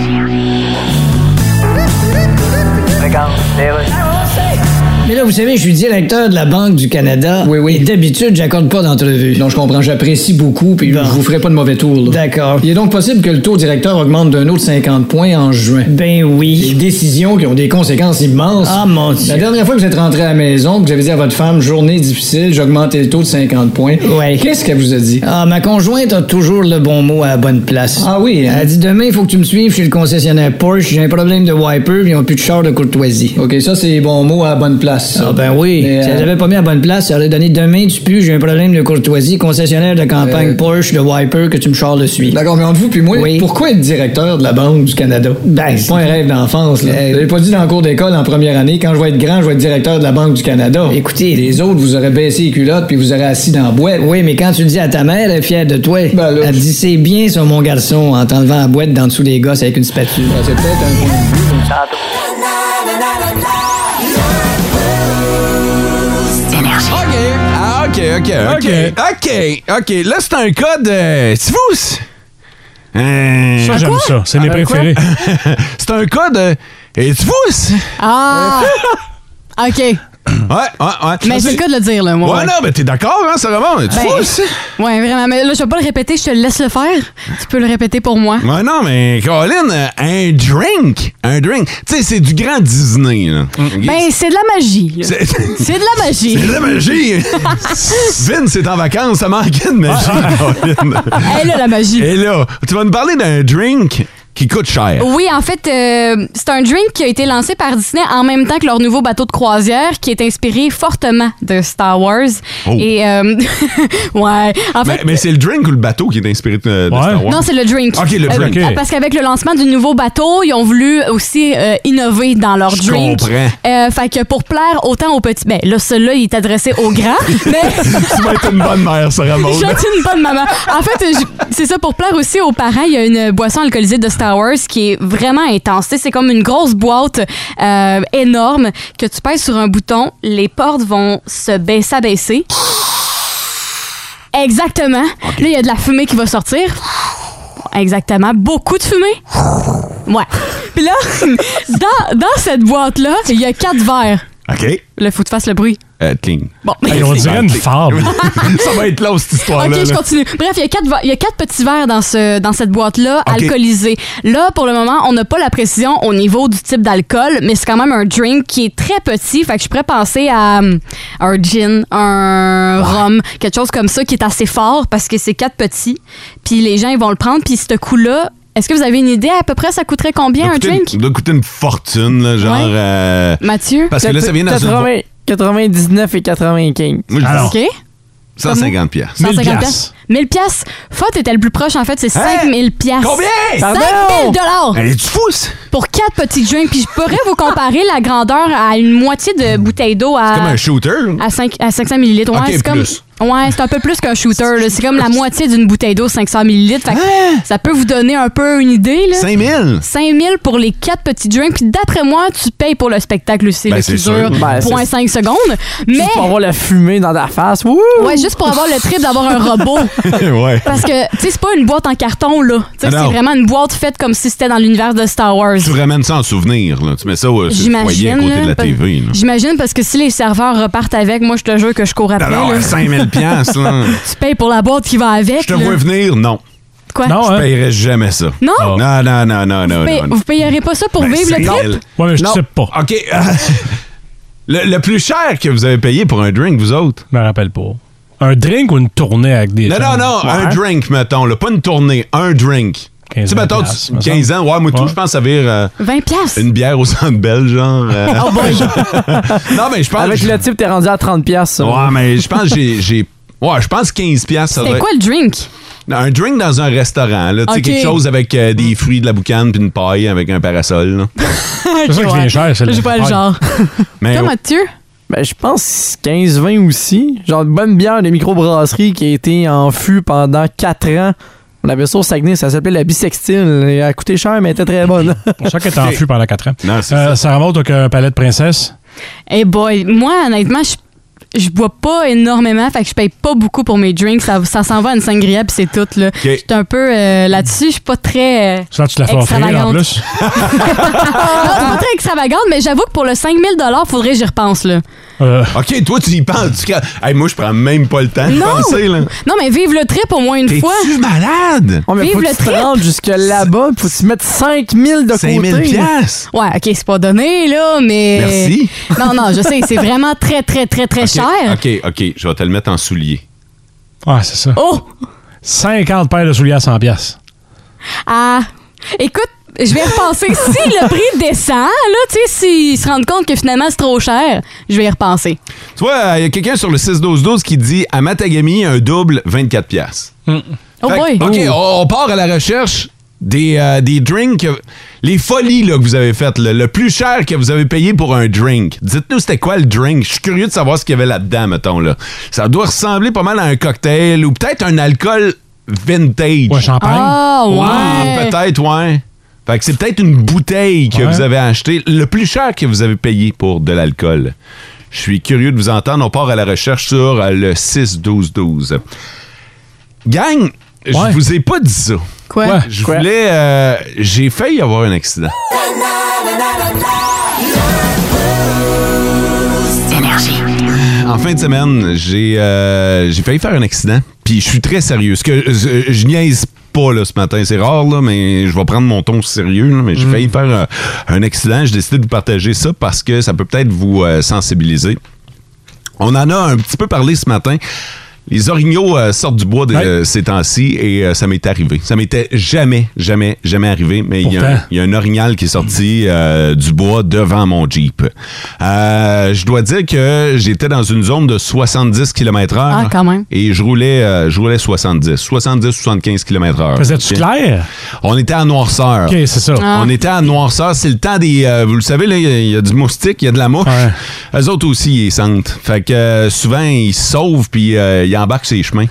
[SPEAKER 9] Mais là, vous vous savez, je suis directeur de la Banque du Canada. Oui, oui. Et d'habitude, j'accorde pas d'entrevue. Donc, je comprends. J'apprécie beaucoup, puis je vous ferai pas de mauvais tour. D'accord. Il est donc possible que le taux directeur augmente d'un autre 50 points en juin. Ben oui. Des décisions qui ont des conséquences immenses. Ah, mon Dieu. La dernière fois que vous êtes rentré à la maison, que vous avez dit à votre femme, journée difficile, j'ai augmenté le taux de 50 points. Ouais. Qu'est-ce qu'elle vous a dit? Ah, ma conjointe a toujours le bon mot à la bonne place. Ah oui, elle dit demain, il faut que tu me suives chez le concessionnaire Porsche, j'ai un problème de wiper, puis ils ont plus de char de courtoisie. OK, ça, c'est les bons mots à la bonne place. Ah ben oui.
[SPEAKER 14] Mais,
[SPEAKER 9] si elle
[SPEAKER 14] euh,
[SPEAKER 9] l'avait pas mis à la bonne place, ça aurait donné demain, tu pues, j'ai un problème de courtoisie, concessionnaire de campagne
[SPEAKER 14] Euh,
[SPEAKER 9] Porsche, de wiper, que tu me charles dessus. D'accord, mais entre vous puis moi, pourquoi être directeur de la Banque du Canada? Ben, c'est Euh, pas un rêve d'enfance, là. Vous l'avez pas dit dans le cours d'école en première année, quand je vais être grand, je vais être directeur de la Banque du Canada. Écoutez. Les autres, vous aurez baissé les culottes puis vous aurez assis dans la boîte. Ben, Oui, mais quand tu dis à ta mère, elle est fière de toi. elle dit, c'est bien ça, mon garçon, en t'enlevant la boîte d'en dessous des gosses avec une spatule. Ben, c'est peut-être un point de vue.
[SPEAKER 2] Ah, OK, OK, OK. OK, OK. Là, c'est un code. Euh, c'est fou, c'est- Euh,
[SPEAKER 5] Ça, j'aime ça. C'est mes
[SPEAKER 2] Euh, quoi?
[SPEAKER 5] préférés.
[SPEAKER 2] c'est un code. Euh, et tu fous? c'est-
[SPEAKER 3] Ah! OK.
[SPEAKER 2] Ouais, ouais, ouais.
[SPEAKER 3] Mais c'est le cas de le dire, là, moi.
[SPEAKER 2] Ouais, non, mais t'es d'accord, hein, Sarah Maud? Tu fous, c'est-
[SPEAKER 3] Ben, Ouais, vraiment. Mais là, je vais pas le répéter, je te le laisse le faire. Tu peux le répéter pour moi.
[SPEAKER 2] Ouais, non, mais Colin, euh, un drink. Un drink. Tu sais, c'est du grand Disney, là.
[SPEAKER 5] Mm.
[SPEAKER 2] OK?
[SPEAKER 3] Ben, c'est de la magie. là.
[SPEAKER 2] C'est-
[SPEAKER 3] C'est de la magie.
[SPEAKER 2] C'est de la magie. Vince c'est en vacances, ça manquait de magie. Colin.
[SPEAKER 3] Elle a la magie.
[SPEAKER 2] Et là, tu vas nous parler d'un drink qui coûte cher.
[SPEAKER 3] Oui, en fait, euh, c'est un drink qui a été lancé par Disney en même temps que leur nouveau bateau de croisière qui est inspiré fortement de Star Wars.
[SPEAKER 2] Oh. Ben,
[SPEAKER 3] Et, euh, ouais. En
[SPEAKER 2] mais
[SPEAKER 3] fait,
[SPEAKER 2] mais c'est le drink ou le bateau qui est inspiré de, de Star Wars?
[SPEAKER 3] Non, c'est le drink.
[SPEAKER 2] OK, le
[SPEAKER 3] Euh,
[SPEAKER 2] drink.
[SPEAKER 3] euh, Parce qu'avec le lancement du nouveau bateau, ils ont voulu aussi euh, innover dans leur
[SPEAKER 2] Je
[SPEAKER 3] drink.
[SPEAKER 2] comprends.
[SPEAKER 3] Euh, fait que pour plaire autant aux petits. Ben là, celui-là, il est adressé aux grands. mais
[SPEAKER 2] tu vas être une bonne mère, Sarah
[SPEAKER 10] Oh,
[SPEAKER 2] Maud.
[SPEAKER 3] je suis une bonne maman. En fait, euh, je- c'est ça, pour plaire aussi aux parents, il y a une boisson alcoolisée de Star Wars qui est vraiment intense. Tu sais, C'est comme une grosse boîte euh, énorme que tu pèses sur un bouton, les portes vont se baisser, s'abaisser. Exactement. Là, il y a de la fumée qui va sortir. Exactement. Beaucoup de fumée. Ouais. Puis là, dans, dans cette boîte-là, il y a quatre verres.
[SPEAKER 2] OK.
[SPEAKER 3] Là, faut que tu fasses le bruit.
[SPEAKER 2] Euh, cling.
[SPEAKER 3] Bon.
[SPEAKER 5] Hey, on dirait une fable.
[SPEAKER 2] ça va être long, cette histoire-là.
[SPEAKER 3] OK, je
[SPEAKER 2] là.
[SPEAKER 3] continue. Bref, il y a quatre, va- il y a quatre petits verres dans, ce, dans cette boîte-là,
[SPEAKER 2] OK.
[SPEAKER 3] alcoolisés. Là, pour le moment, on n'a pas la précision au niveau du type d'alcool, mais c'est quand même un drink qui est très petit. Fait que je pourrais penser à hum, un gin, un rhum, quelque chose comme ça qui est assez fort parce que c'est quatre petits. Puis les gens, ils vont le prendre. Puis ce coup-là, est-ce que vous avez une idée à peu près ça coûterait combien
[SPEAKER 2] doit
[SPEAKER 3] un
[SPEAKER 2] coûter
[SPEAKER 3] drink?
[SPEAKER 2] une- doit coûter une fortune, là, genre.
[SPEAKER 3] Ouais.
[SPEAKER 2] euh,
[SPEAKER 3] Mathieu?
[SPEAKER 2] Parce que là, ça vient dans une.
[SPEAKER 4] 80 99 et 95.
[SPEAKER 2] Moi, je dis
[SPEAKER 3] OK.
[SPEAKER 2] 150 piastres. Hein?
[SPEAKER 3] 150 piastres. 1000 piastres. Faute était le plus proche, en fait, c'est 5000 piastres.
[SPEAKER 2] Combien?
[SPEAKER 3] 5000 dollars.
[SPEAKER 2] Elle est du fou, c'est
[SPEAKER 3] Pour quatre petits drinks, puis je pourrais vous comparer la grandeur à une moitié de bouteille d'eau à...
[SPEAKER 2] comme un shooter.
[SPEAKER 3] À, cinq- à 500 millilitres. Ouais,
[SPEAKER 2] Ok,
[SPEAKER 3] c'est comme.
[SPEAKER 2] plus.
[SPEAKER 3] Ouais, c'est un peu plus qu'un shooter. là. C'est comme la moitié d'une bouteille d'eau, 500 millilitres. Fait que
[SPEAKER 2] Hein?
[SPEAKER 3] Ça peut vous donner un peu une idée. Là.
[SPEAKER 2] 5000?
[SPEAKER 3] 5000 pour les quatre petits drinks. Puis d'après moi, tu payes pour le spectacle aussi,
[SPEAKER 4] Ben,
[SPEAKER 3] là,
[SPEAKER 4] c'est
[SPEAKER 3] qui dure
[SPEAKER 4] sûr. Ben, c'est-
[SPEAKER 3] 0.5 secondes. Mais.
[SPEAKER 4] Juste pour avoir la fumée dans ta face. Wouh!
[SPEAKER 3] Ouais, juste pour avoir le trip d'avoir un robot.
[SPEAKER 2] ouais.
[SPEAKER 3] Parce que, tu sais, c'est pas une boîte en carton, là. Tu sais,
[SPEAKER 2] Ah
[SPEAKER 3] c'est
[SPEAKER 2] non.
[SPEAKER 3] vraiment une boîte faite comme si c'était dans l'univers de Star Wars.
[SPEAKER 2] Tu ramènes ça en souvenir, là. Tu mets ça au sur le foyer à
[SPEAKER 3] J'imagine.
[SPEAKER 2] côté
[SPEAKER 3] là,
[SPEAKER 2] de la
[SPEAKER 3] parce-
[SPEAKER 2] TV, là.
[SPEAKER 3] J'imagine parce que si les serveurs repartent avec, moi, je te jure que je cours après.
[SPEAKER 2] Alors,
[SPEAKER 3] là.
[SPEAKER 2] 5000 piastres, là.
[SPEAKER 3] Tu payes pour la boîte qui va avec.
[SPEAKER 2] Je te
[SPEAKER 3] là.
[SPEAKER 2] vois venir, non.
[SPEAKER 3] Quoi?
[SPEAKER 5] hein?
[SPEAKER 2] Je paierais jamais ça.
[SPEAKER 3] Non?
[SPEAKER 2] Non,
[SPEAKER 5] Ah.
[SPEAKER 2] non, non, non, non,
[SPEAKER 3] Paye-
[SPEAKER 2] non.
[SPEAKER 3] vous payerez pas ça pour
[SPEAKER 2] Ben,
[SPEAKER 3] vivre le
[SPEAKER 2] c'est
[SPEAKER 3] trip?
[SPEAKER 2] elle. OK. euh, le, le plus cher que vous avez payé pour un drink, vous autres?
[SPEAKER 5] Je me rappelle pas. Un drink ou une tournée avec des
[SPEAKER 2] Non,
[SPEAKER 5] gens?
[SPEAKER 2] non, non. Un
[SPEAKER 5] Ouais.
[SPEAKER 2] drink, mettons. Là, pas une tournée, un drink. Tu sais,
[SPEAKER 5] 20
[SPEAKER 2] mettons,
[SPEAKER 5] piastres,
[SPEAKER 2] tu-
[SPEAKER 5] me
[SPEAKER 2] 15 ans. Ouais, moi, tout, je pense que ça vire euh,
[SPEAKER 3] 20 piastres.
[SPEAKER 2] une bière au centre belge, genre. euh,
[SPEAKER 4] Oh boy.
[SPEAKER 2] non, mais je pense...
[SPEAKER 4] Avec le type, t'es rendu à 30 piastres. ça.
[SPEAKER 2] Ouais, mais je pense que j'ai- j'ai... Ouais, je pense 15 piastres. ça
[SPEAKER 3] C'était
[SPEAKER 2] doit-
[SPEAKER 3] quoi le drink?
[SPEAKER 2] Un drink dans un restaurant, là. Tu sais,
[SPEAKER 3] Ok.
[SPEAKER 2] quelque chose avec euh, des fruits, de la boucane, puis une paille avec un parasol, là.
[SPEAKER 3] C'est
[SPEAKER 5] ça qui vient cher, c'est le-
[SPEAKER 3] J'ai pas le
[SPEAKER 5] Ouais.
[SPEAKER 3] genre.
[SPEAKER 2] Mais
[SPEAKER 3] Toi, Mathieu?
[SPEAKER 4] Ben, je pense 15-20 aussi. Genre, une bonne bière de microbrasserie qui a été en fût pendant 4 ans. On avait ça au Saguenay, ça s'appelait la bisextile. Elle a coûté cher, mais elle était très bonne.
[SPEAKER 5] C'est pour ça qu'elle est en fût pendant 4 ans.
[SPEAKER 2] Non,
[SPEAKER 5] euh, Sarah Maud, t'as qu'un palais de princesse?
[SPEAKER 3] Eh boy, moi, honnêtement, je je bois pas énormément, fait que je paye pas beaucoup pour mes drinks. Ça, ça s'en va à une sangria, puis c'est tout. Là. Je suis un peu euh, là-dessus, je suis pas très. euh,
[SPEAKER 5] Ça, tu la fais offrir
[SPEAKER 3] extravagante.
[SPEAKER 5] en plus.
[SPEAKER 3] Non, c'est pas très extravagante, mais j'avoue que pour le 5000 faudrait que j'y repense. Là.
[SPEAKER 2] OK, toi, tu y penses. Tu... Hey, moi, Hein, je prends même pas le temps de
[SPEAKER 3] Non!
[SPEAKER 2] penser, là.
[SPEAKER 3] non, mais vive le trip au moins une fois.
[SPEAKER 2] Tu malade!
[SPEAKER 4] Oh, mais
[SPEAKER 3] Vive
[SPEAKER 4] faut que
[SPEAKER 3] le
[SPEAKER 4] tu te
[SPEAKER 3] trip.
[SPEAKER 4] rendes jusque là-bas, faut que tu mettes 5000 de
[SPEAKER 3] 5000
[SPEAKER 4] côté.
[SPEAKER 3] piastres? Ouais, OK, c'est pas donné, là, mais.
[SPEAKER 2] Merci.
[SPEAKER 3] Non, non, je sais, c'est vraiment très, très, très, très cher.
[SPEAKER 2] OK, OK, je vais te le mettre en soulier.
[SPEAKER 5] Ah, c'est ça.
[SPEAKER 3] Oh!
[SPEAKER 5] 50 paires de souliers à 100 pièces.
[SPEAKER 3] Ah, écoute, je vais repenser. si le prix descend, là, tu sais, s'ils se rendent compte que finalement c'est trop cher, je vais y repenser.
[SPEAKER 2] Tu vois, il euh, y a quelqu'un sur le 6-12-12 qui dit à Matagami, un double 24$. piastres.
[SPEAKER 3] Oh
[SPEAKER 2] Fait
[SPEAKER 3] boy!
[SPEAKER 2] que, OK, on, on part à la recherche des, euh, des drinks, que- les folies là, que vous avez faites, là, le plus cher que vous avez payé pour un drink. Dites-nous, c'était quoi le drink? Je suis curieux de savoir ce qu'il y avait là-dedans, mettons. Là. Ça doit ressembler pas mal à un cocktail ou peut-être un alcool vintage. Ouais,
[SPEAKER 5] champagne.
[SPEAKER 3] Ah, ouais.
[SPEAKER 2] peut-être, ouais. Fait que c'est peut-être une bouteille que
[SPEAKER 5] Ouais.
[SPEAKER 2] vous avez achetée, le plus cher que vous avez payé pour de l'alcool. Je suis curieux de vous entendre. On part à la recherche sur euh, le 6-12-12. Gang, je vous ai pas dit ça.
[SPEAKER 3] Quoi?
[SPEAKER 2] Je voulais. euh, J'ai failli avoir un accident. En fin de semaine, j'ai euh, j'ai failli faire un accident. Puis je suis très sérieux. Ce que euh, je niaise pas là, ce matin, c'est rare là, mais je vais prendre mon ton sérieux. là, mais j'ai failli faire euh, un accident. J'ai décidé de vous partager ça parce que ça peut peut-être vous euh, sensibiliser. On en a un petit peu parlé ce matin. Les orignaux euh, sortent du bois de, ces temps-ci et euh, ça m'est arrivé. Ça m'était jamais, jamais, jamais arrivé, mais il y, a un-
[SPEAKER 5] Pourtant.
[SPEAKER 2] il y a un orignal qui est sorti euh, du bois devant mon Jeep. Euh, je dois dire que j'étais dans une zone de 70 km/h
[SPEAKER 3] Ah, quand même.
[SPEAKER 2] et je roulais, euh, je roulais 70, 70-75 km/h.
[SPEAKER 5] Faisais-tu
[SPEAKER 2] Ok?
[SPEAKER 5] clair?
[SPEAKER 2] On était à noirceur.
[SPEAKER 5] OK, c'est ça. Ah.
[SPEAKER 2] On était à noirceur. C'est le temps des. euh, vous le savez, là, il y a- il y, a du moustique, il y a de la mouche. Eux autres aussi, ils sentent. Fait que euh, souvent, ils se sauvent puis euh, ils embarquent sur les chemins.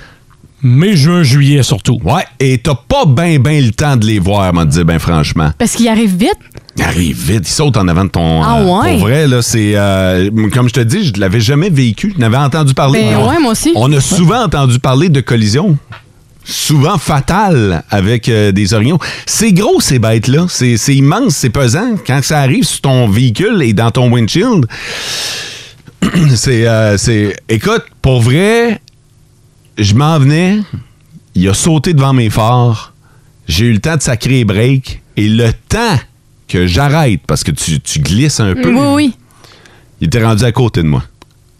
[SPEAKER 5] Mai, juin, juillet surtout.
[SPEAKER 2] Ouais, et t'as pas ben, ben le temps de les voir, m'a dit, ben franchement.
[SPEAKER 3] Parce qu'il arrive vite.
[SPEAKER 2] Ils arrivent vite, ils sautent en avant de ton. euh,
[SPEAKER 3] Ah ouais?
[SPEAKER 2] Pour vrai, là, c'est. euh, comme je te dis, je ne l'avais jamais vécu. Je n'avais entendu parler.
[SPEAKER 3] Ben ouais, moi aussi.
[SPEAKER 2] On a souvent entendu parler de collisions. Souvent fatales avec euh, des orignons. C'est gros, ces bêtes-là. C'est c'est immense, c'est pesant. Quand ça arrive sur ton véhicule et dans ton windshield, c'est. euh, c'est- Écoute, pour vrai, je m'en venais, il a sauté devant mes phares, j'ai eu le temps de sacrer les breaks, et le temps que j'arrête, parce que tu, tu glisses un peu,
[SPEAKER 3] Oui, oui.
[SPEAKER 2] il était rendu à côté de moi.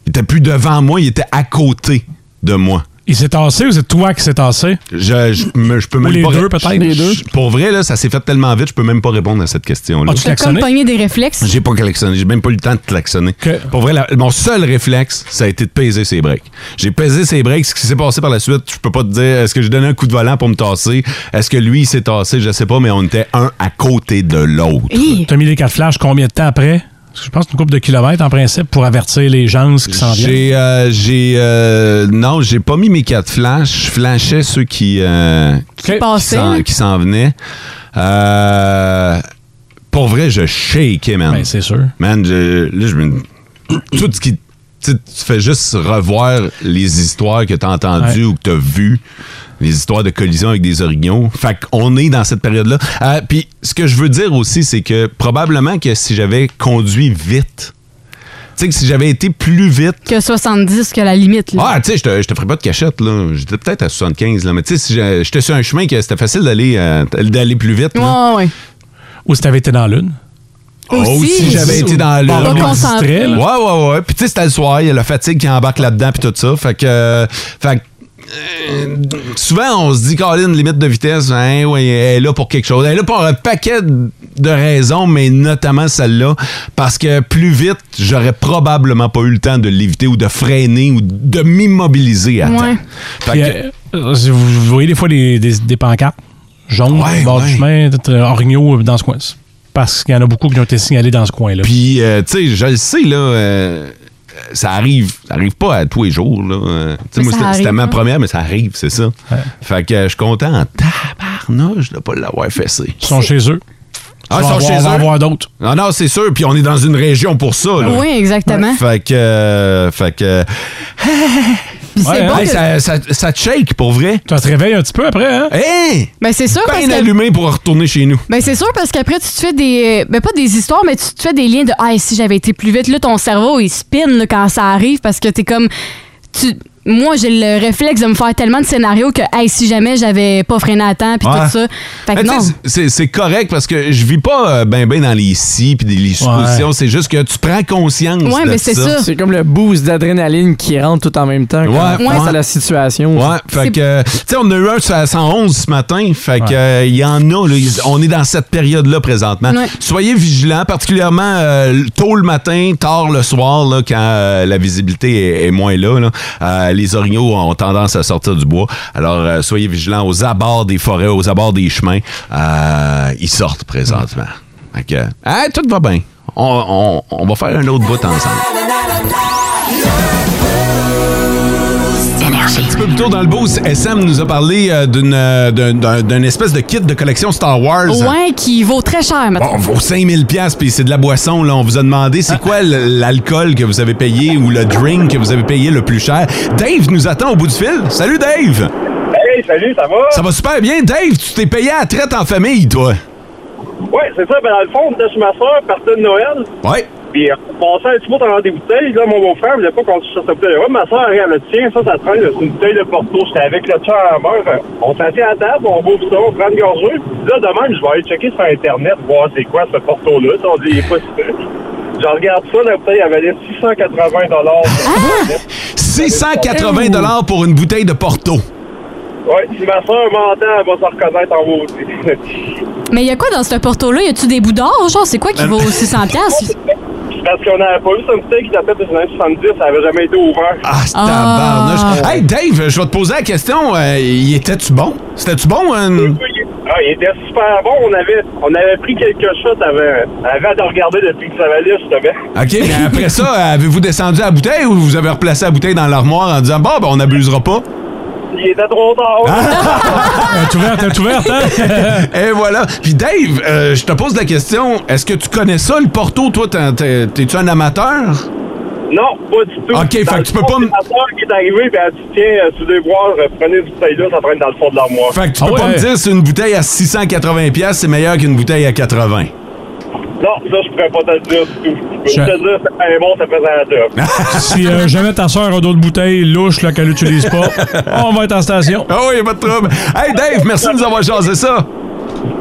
[SPEAKER 2] Il était plus devant moi, il était à côté de moi.
[SPEAKER 5] Il s'est tassé ou c'est toi qui s'est tassé?
[SPEAKER 2] Je, je, me- je peux
[SPEAKER 5] Ou
[SPEAKER 2] même
[SPEAKER 5] les
[SPEAKER 2] pas ré-
[SPEAKER 5] deux, peut-être?
[SPEAKER 2] je-
[SPEAKER 5] Les deux.
[SPEAKER 2] Pour vrai, là, ça s'est fait tellement vite, je peux même pas répondre à cette question-là.
[SPEAKER 3] T'as comme pogné des réflexes.
[SPEAKER 2] J'ai pas klaxonné, j'ai même pas eu le temps de klaxonner. Pour vrai, la- mon seul réflexe, ça a été de peser ses breaks. J'ai pesé ses breaks, ce qui s'est passé par la suite, je peux pas te dire, est-ce que j'ai donné un coup de volant pour me tasser? Est-ce que lui, il s'est tassé? Je sais pas, mais on était un à côté de l'autre.
[SPEAKER 5] T'as mis les quatre flashs combien de temps après? Parce que Je pense une couple de kilomètres en principe pour avertir les gens ce qui s'en viennent.
[SPEAKER 2] J'ai, euh, j'ai, euh, non, j'ai pas mis mes quatre flashs. Je flashais ceux qui, euh, qui, qui
[SPEAKER 3] passaient.
[SPEAKER 2] s'en, qui s'en venaient. Euh, pour vrai, je shakeais, man.
[SPEAKER 5] Ben, c'est sûr.
[SPEAKER 2] Man, je- là, je me. Tout ce qui. Tu sais, tu fais juste revoir les histoires que t'as entendues ou que t'as vues, les histoires de collision avec des orignons. Fait qu'on est dans cette période-là. Euh, Puis, ce que je veux dire aussi, c'est que probablement que si j'avais conduit vite, tu sais, que si j'avais été plus vite,
[SPEAKER 3] Que 70, que la limite. Là.
[SPEAKER 2] ah, tu sais, je te- je te ferai pas de cachette, là. J'étais peut-être à 75, là. Mais tu sais, si j'a- j'étais sur un chemin que c'était facile d'aller euh, d'aller plus vite. là.
[SPEAKER 3] Ouais, ouais.
[SPEAKER 5] Ou si t'avais été dans la l'une.
[SPEAKER 2] Oh,
[SPEAKER 5] Aussi.
[SPEAKER 2] si j'avais été dans le.
[SPEAKER 5] Pas
[SPEAKER 2] le-
[SPEAKER 5] concentré.
[SPEAKER 2] Ouais, ouais, ouais. Puis tu sais, c'était le soir, il y a la fatigue qui embarque là-dedans, puis tout ça. Fait que. euh, fait que, euh, souvent, on se dit, Colin, limite de vitesse, hein, ouais, elle est là pour quelque chose. Elle est là pour un paquet de raisons, mais notamment celle-là, parce que plus vite, j'aurais probablement pas eu le temps de l'éviter ou de freiner ou de m'immobiliser à temps.
[SPEAKER 5] Ouais.
[SPEAKER 2] Fait
[SPEAKER 5] Puis,
[SPEAKER 2] que-
[SPEAKER 5] euh, si vous vous voyez des fois des, des- des pancartes jaunes au bord du chemin, peut-être, euh, orignaux euh, dans ce coin. Parce qu'il y en a beaucoup qui ont été signalés dans ce coin-là.
[SPEAKER 2] Puis, euh, tu sais, je le sais, là, euh, ça arrive, ça arrive pas à tous les jours, là. Euh, tu sais,
[SPEAKER 5] Mais
[SPEAKER 2] moi,
[SPEAKER 5] ça
[SPEAKER 2] c'était- c'était
[SPEAKER 5] arrive,
[SPEAKER 2] ma
[SPEAKER 5] hein.
[SPEAKER 2] première, mais ça arrive, c'est ça. Fait que euh, je suis content en tabarnouche de pas l'avoir fessé.
[SPEAKER 5] Ils sont chez eux.
[SPEAKER 2] Ah, ils
[SPEAKER 5] Tu vas
[SPEAKER 2] sont
[SPEAKER 5] en voir-
[SPEAKER 2] chez
[SPEAKER 5] on va en
[SPEAKER 2] eux.
[SPEAKER 5] voir d'autres.
[SPEAKER 2] Non, non, c'est sûr. Puis on est dans une région pour ça. Oh, là.
[SPEAKER 3] Oui, hein? exactement.
[SPEAKER 2] Fait que. euh, fait que.
[SPEAKER 3] Puis c'est
[SPEAKER 2] Ouais, hein?
[SPEAKER 3] bon
[SPEAKER 2] hey,
[SPEAKER 3] que-
[SPEAKER 2] ça, ça, ça te shake pour vrai. Tu te réveilles un petit peu après, hein? Hey!
[SPEAKER 3] Ben, c'est sûr parce
[SPEAKER 2] Bien
[SPEAKER 3] que-
[SPEAKER 2] allumé pour retourner chez nous.
[SPEAKER 3] Ben c'est sûr parce qu'après tu te fais des ben pas des histoires mais tu te fais des liens de ah et si j'avais été plus vite là ton cerveau il spin là, quand ça arrive parce que t'es comme tu moi j'ai le réflexe de me faire tellement de scénarios que hey si jamais j'avais pas freiné à temps puis
[SPEAKER 2] Ouais.
[SPEAKER 3] tout ça fait que
[SPEAKER 2] Mais tu
[SPEAKER 3] non
[SPEAKER 2] sais, C'est c'est correct parce que je vis pas euh, ben ben dans les si puis des- les suppositions. C'est juste que tu prends conscience de ça.
[SPEAKER 4] C'est comme le boost d'adrénaline qui rentre tout en même temps. quand
[SPEAKER 2] Ouais,
[SPEAKER 4] on pense
[SPEAKER 2] ouais.
[SPEAKER 4] à la situation.
[SPEAKER 2] Ouais, fait que, euh, tu sais, on a eu un sur la 111 ce matin, fait que, euh, il y en a, là, ils- on est dans cette période-là présentement.
[SPEAKER 4] Ouais.
[SPEAKER 2] Soyez vigilants, particulièrement euh, tôt le matin, tard le soir, là, quand euh, la visibilité est, est moins là. là. Euh, les orignaux ont tendance à sortir du bois, alors euh, soyez vigilants aux abords des forêts, aux abords des chemins. Euh, ils sortent présentement. Fait que, ah, tout va bien. On, on- on va faire un autre bout ensemble. Un petit peu plus tôt dans le boost, SM nous a parlé euh, d'une euh, d'un- d'un d'un espèce de kit de collection Star Wars.
[SPEAKER 3] ouais qui vaut très cher maintenant
[SPEAKER 2] Bon, on vaut 5000 pièces puis c'est de la boisson là, on vous a demandé c'est quoi l- l'alcool que vous avez payé ou le drink que vous avez payé le plus cher. Dave nous attend au bout du fil. Salut Dave.
[SPEAKER 14] Hey, salut, ça va?
[SPEAKER 2] Ça va super bien Dave, tu t'es payé à la traite en famille toi.
[SPEAKER 14] Oui, c'est ça. Ben, dans le fond, on était chez ma soeur, partait de Noël.
[SPEAKER 2] Ouais.
[SPEAKER 14] Puis, euh, on passait un petit bout en des bouteilles. Là, mon beau-frère voulait pas qu'on se sorte de bouteille. Ouais, ma soeur, regarde, le tien, ça, ça traîne. là, C'est une bouteille de Porto. J'étais avec le tueur à la main. Fait, On s'assied à la table, on bouffe ça, on prend une gorgée. Puis là, de même, je vais aller checker sur Internet, voir c'est quoi ce Porto-là. Tu sais, On dit, il est pas si Je regarde ça, la bouteille, elle valait 680
[SPEAKER 2] 680 dollars pour une bouteille de Porto.
[SPEAKER 14] Ouais, si ma soeur m'entend, elle va se reconnaître en haut
[SPEAKER 3] mais il y a quoi dans ce porto là y a-tu des bouts d'or genre c'est quoi
[SPEAKER 2] Ben,
[SPEAKER 3] qui vaut 600 pièces
[SPEAKER 14] Parce qu'on n'avait pas vu cette bouteille qui datait des années 70, ça n'avait jamais été ouvert.
[SPEAKER 2] Ah, Tabarnouche. Hey Dave, je vais te poser la question, euh, y étais-tu bon C'était-tu bon hein?
[SPEAKER 14] Ah, il était super bon. On avait, on avait pris quelques shots avant, avant de regarder depuis que ça valait, justement.
[SPEAKER 2] OK, mais après ça, avez-vous descendu la bouteille ou vous avez replacé la bouteille dans l'armoire en disant, bon, ben, on n'abusera pas?
[SPEAKER 14] Il était trop tard.
[SPEAKER 2] Ah. T'es ouverte, t'es ouverte, hein? Et voilà. Puis Dave, euh, je te pose la question, est-ce que tu connais ça, le Porto? Toi, t'en- t'es- t'es-tu un amateur?
[SPEAKER 14] Non, pas du tout.
[SPEAKER 2] OK, fait que tu peux pas... m-
[SPEAKER 14] Ma soeur qui est arrivée, puis elle dit Tiens, euh, sous les voir, euh, prenez une bouteille là, ça traîne dans le fond de l'armoire.
[SPEAKER 2] Fait que tu peux pas me dire c'est une bouteille à 680 pièces, c'est meilleur qu'une bouteille à 80.
[SPEAKER 14] Non, ça, je pourrais pas te le dire du tout. Je peux
[SPEAKER 5] Je-
[SPEAKER 14] te dire, c'est un bon, ça faisait la job.
[SPEAKER 5] Si euh, jamais ta soeur a d'autres bouteilles louches là, qu'elle n'utilise pas, on va être en station.
[SPEAKER 2] Ah oui, pas de trouble. Hey Dave, merci de nous avoir jasé ça.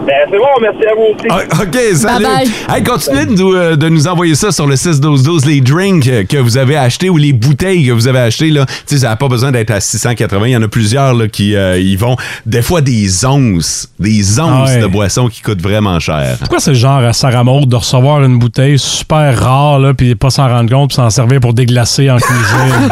[SPEAKER 14] Ben, c'est bon, merci à vous aussi.
[SPEAKER 2] Ah, OK, salut.
[SPEAKER 14] Bye bye.
[SPEAKER 2] Hey, continuez de nous, euh, de nous envoyer ça sur le 6-12-12, les drinks euh, que vous avez achetés ou les bouteilles que vous avez achetées. Là. Tu sais, ça n'a pas besoin d'être à 680. Il y en a plusieurs là, qui euh, y vont. Des fois, des onces. Des onces
[SPEAKER 5] Ah ouais.
[SPEAKER 2] de boissons qui coûtent vraiment cher.
[SPEAKER 5] Pourquoi c'est le genre à Sarah Maud de recevoir une bouteille super rare, là, puis pas s'en rendre compte, puis s'en servir pour déglacer en cuisine?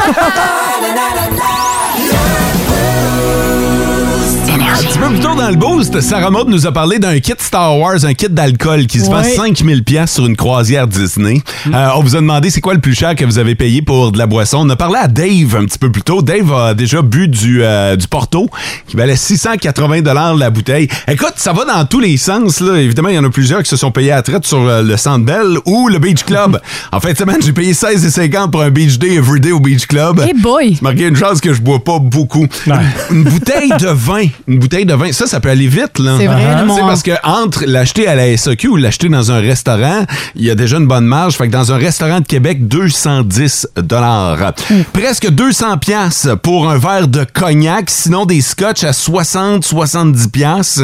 [SPEAKER 2] Un petit peu plus tôt dans le boost, Sarah Maud nous a parlé d'un kit Star Wars, un kit d'alcool qui se vend
[SPEAKER 5] Ouais.
[SPEAKER 2] 5000 pièces sur une croisière Disney. Euh, on vous a demandé c'est quoi le plus cher que vous avez payé pour de la boisson. On a parlé à Dave un petit peu plus tôt. Dave a déjà bu du, euh, du Porto qui valait 680 dollars la bouteille. Écoute, ça va dans tous les sens. Là. Évidemment, il y en a plusieurs qui se sont payés à la traite sur euh, le Sandbell ou le Beach Club. en fin de semaine, j'ai payé 16,50 pour un Beach Day Everyday au Beach Club.
[SPEAKER 3] Hey boy!
[SPEAKER 2] C'est marqué une chance que je bois pas beaucoup. Une, une bouteille de vin, une bouteille de vin, ça, ça peut aller vite, là.
[SPEAKER 3] C'est vrai,
[SPEAKER 2] Tu sais,
[SPEAKER 3] le monde.
[SPEAKER 2] parce que entre l'acheter à la SAQ ou l'acheter dans un restaurant, il y a déjà une bonne marge. Fait que dans un restaurant de Québec, 210 dollars. Presque 200 pièces pour un verre de cognac, sinon des scotch à 60, 70 pièces.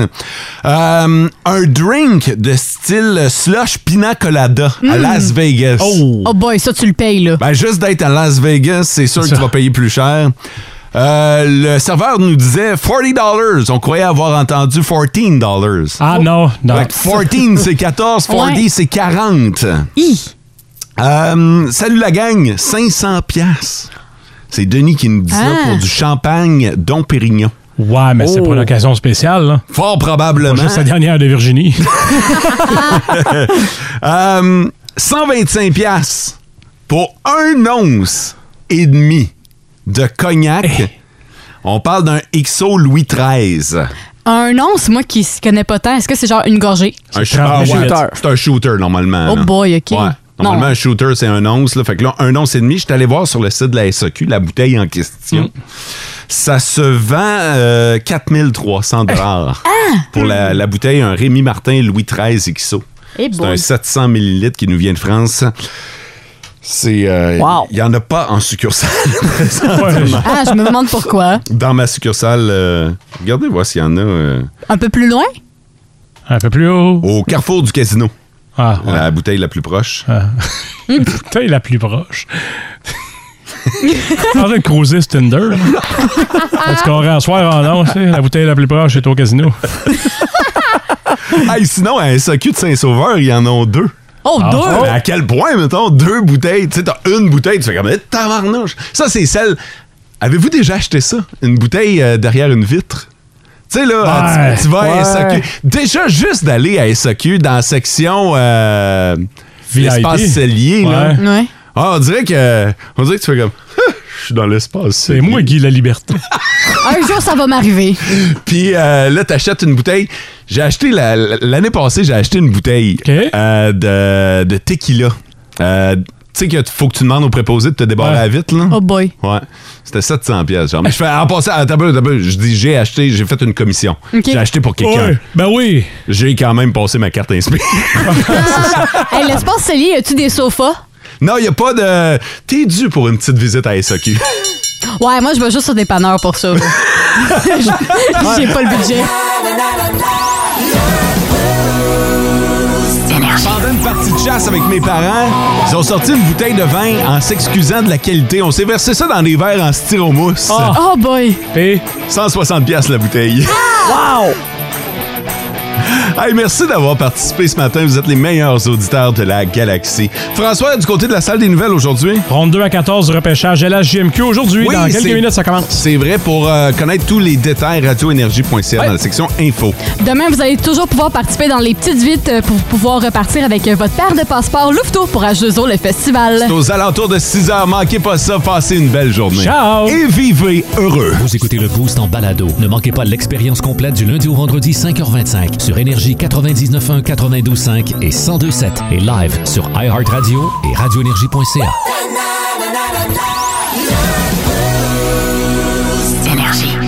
[SPEAKER 2] Euh, un drink de style slush pina colada à
[SPEAKER 3] Mm.
[SPEAKER 2] Las Vegas.
[SPEAKER 3] oh. boy ça tu le payes là
[SPEAKER 2] Ben, juste d'être à Las Vegas, c'est sûr que tu vas payer plus cher. Euh, le serveur nous disait 40 dollars. On croyait avoir entendu 14 dollars.
[SPEAKER 5] Ah non, non.
[SPEAKER 2] 14 c'est 14, 40
[SPEAKER 5] Ouais.
[SPEAKER 2] c'est 40. Euh, salut la gang, 500 pièces. C'est Denis qui nous dit ça
[SPEAKER 5] Ah.
[SPEAKER 2] pour du champagne Dom Pérignon.
[SPEAKER 5] Ouais, mais c'est
[SPEAKER 2] Oh.
[SPEAKER 5] pour l'occasion spéciale. Là.
[SPEAKER 2] Fort probablement.
[SPEAKER 5] Pas juste la dernière de Virginie.
[SPEAKER 2] Euh, 125 pièces pour un once et
[SPEAKER 5] Eh.
[SPEAKER 2] demi de cognac. On parle d'un XO Louis XIII.
[SPEAKER 3] Un nom, c'est moi qui ne connais pas tant. Est-ce que c'est genre une gorgée?
[SPEAKER 2] Un shooter. Ah, ouais. C'est un shooter, normalement.
[SPEAKER 3] Oh
[SPEAKER 2] là.
[SPEAKER 3] boy, OK.
[SPEAKER 2] Ouais. Normalement,
[SPEAKER 3] Non.
[SPEAKER 2] un shooter, c'est un once. Là. Fait que là, un once et demi, je suis allé voir sur le site de la SAQ, la bouteille en
[SPEAKER 3] Mm.
[SPEAKER 2] question. Ça se vend euh, 4300 dollars
[SPEAKER 3] Ah!
[SPEAKER 2] pour la, la bouteille, un Rémi Martin Louis XIII XO.
[SPEAKER 3] Eh
[SPEAKER 2] c'est
[SPEAKER 3] boy.
[SPEAKER 2] un 700 millilitres qui nous vient de France. C'est, euh, il n'y en a pas en succursale. présentement.
[SPEAKER 3] Ah, je me demande pourquoi.
[SPEAKER 2] Dans ma succursale, euh, regardez voir s'il y en a. euh,
[SPEAKER 3] Un peu plus loin?
[SPEAKER 2] un peu plus haut. Ah, Au carrefour du casino. La bouteille la plus proche.
[SPEAKER 5] Putain, la plus proche. en train de cruiser ce Tinder. là. Est-ce qu'on rentre soir en once? hein? La bouteille la plus proche est au casino.
[SPEAKER 2] Hey, sinon, à SAQ de Saint-Sauveur, ils en ont deux.
[SPEAKER 3] Oh,
[SPEAKER 5] Ah, deux?
[SPEAKER 2] Mais à quel point, mettons, deux bouteilles? Tu sais, t'as une bouteille, tu fais comme, Eh, tabarnouche. Ça, c'est celle. Avez-vous déjà acheté ça? Une bouteille euh, derrière une vitre? Tu sais, là,
[SPEAKER 5] Ouais.
[SPEAKER 2] tu, tu vas à
[SPEAKER 5] Ouais.
[SPEAKER 2] SAQ. Déjà, juste d'aller à SAQ dans la section. euh, l'espace cellier, là.
[SPEAKER 5] Ouais. Ouais.
[SPEAKER 2] Ah, on dirait que. On dirait que tu fais comme. Ah, Je suis dans l'espace. C'est
[SPEAKER 5] moi, Guy, la liberté.
[SPEAKER 3] Un jour, ça va m'arriver.
[SPEAKER 2] Puis euh, là, t'achètes une bouteille. J'ai acheté la- l'année passée, j'ai acheté une bouteille euh, de, de tequila. Euh, tu sais qu'il faut que tu demandes au préposé de te débarrer à vite, là.
[SPEAKER 3] Oh boy.
[SPEAKER 2] Ouais. C'était 700 pièces genre. Mais
[SPEAKER 5] Ah.
[SPEAKER 2] je fais en passant, attends, un peu, attends, un peu. je dis j'ai acheté, j'ai fait une commission.
[SPEAKER 3] Ok.
[SPEAKER 2] J'ai acheté pour quelqu'un.
[SPEAKER 5] Ouais, Ben oui.
[SPEAKER 2] J'ai quand même passé ma carte inspire.
[SPEAKER 3] hey, l'espace cellier, as-tu des sofas?
[SPEAKER 2] non, il a pas de t'es dû pour une petite visite à SAQ.
[SPEAKER 3] Ouais, moi, je vais juste au dépanneur pour ça. J'ai pas le budget.
[SPEAKER 2] Pendant une partie de chasse avec mes parents, ils ont sorti une bouteille de vin en s'excusant de la qualité. On s'est versé ça dans des verres en styromousse.
[SPEAKER 3] Oh, oh boy! Ah!
[SPEAKER 2] Et 160 pièces la bouteille.
[SPEAKER 3] Wow!
[SPEAKER 2] Hey, merci d'avoir participé ce matin. Vous êtes les meilleurs auditeurs de la galaxie. François, du côté de la salle des nouvelles aujourd'hui.
[SPEAKER 5] Ronde 2 à 14, repêchage LHJMQ aujourd'hui.
[SPEAKER 2] Oui,
[SPEAKER 5] dans
[SPEAKER 2] c'est-
[SPEAKER 5] quelques minutes, ça commence.
[SPEAKER 2] C'est vrai pour euh, connaître tous les détails radioénergie.ca dans la section info.
[SPEAKER 3] Demain, vous allez toujours pouvoir participer dans les petites vites euh, pour pouvoir repartir avec euh, votre paire de passeports Louveteau pour H2O, le festival.
[SPEAKER 2] C'est aux alentours de 6 heures. Manquez pas ça. Passez une belle journée. Et vivez heureux.
[SPEAKER 1] Vous écoutez le Boost en balado. Ne manquez pas l'expérience complète du lundi au vendredi 5h25 sur Énergie 99.1, 92.5 et 102.7 et live sur iHeartRadio et radioénergie.ca.
[SPEAKER 10] Énergie.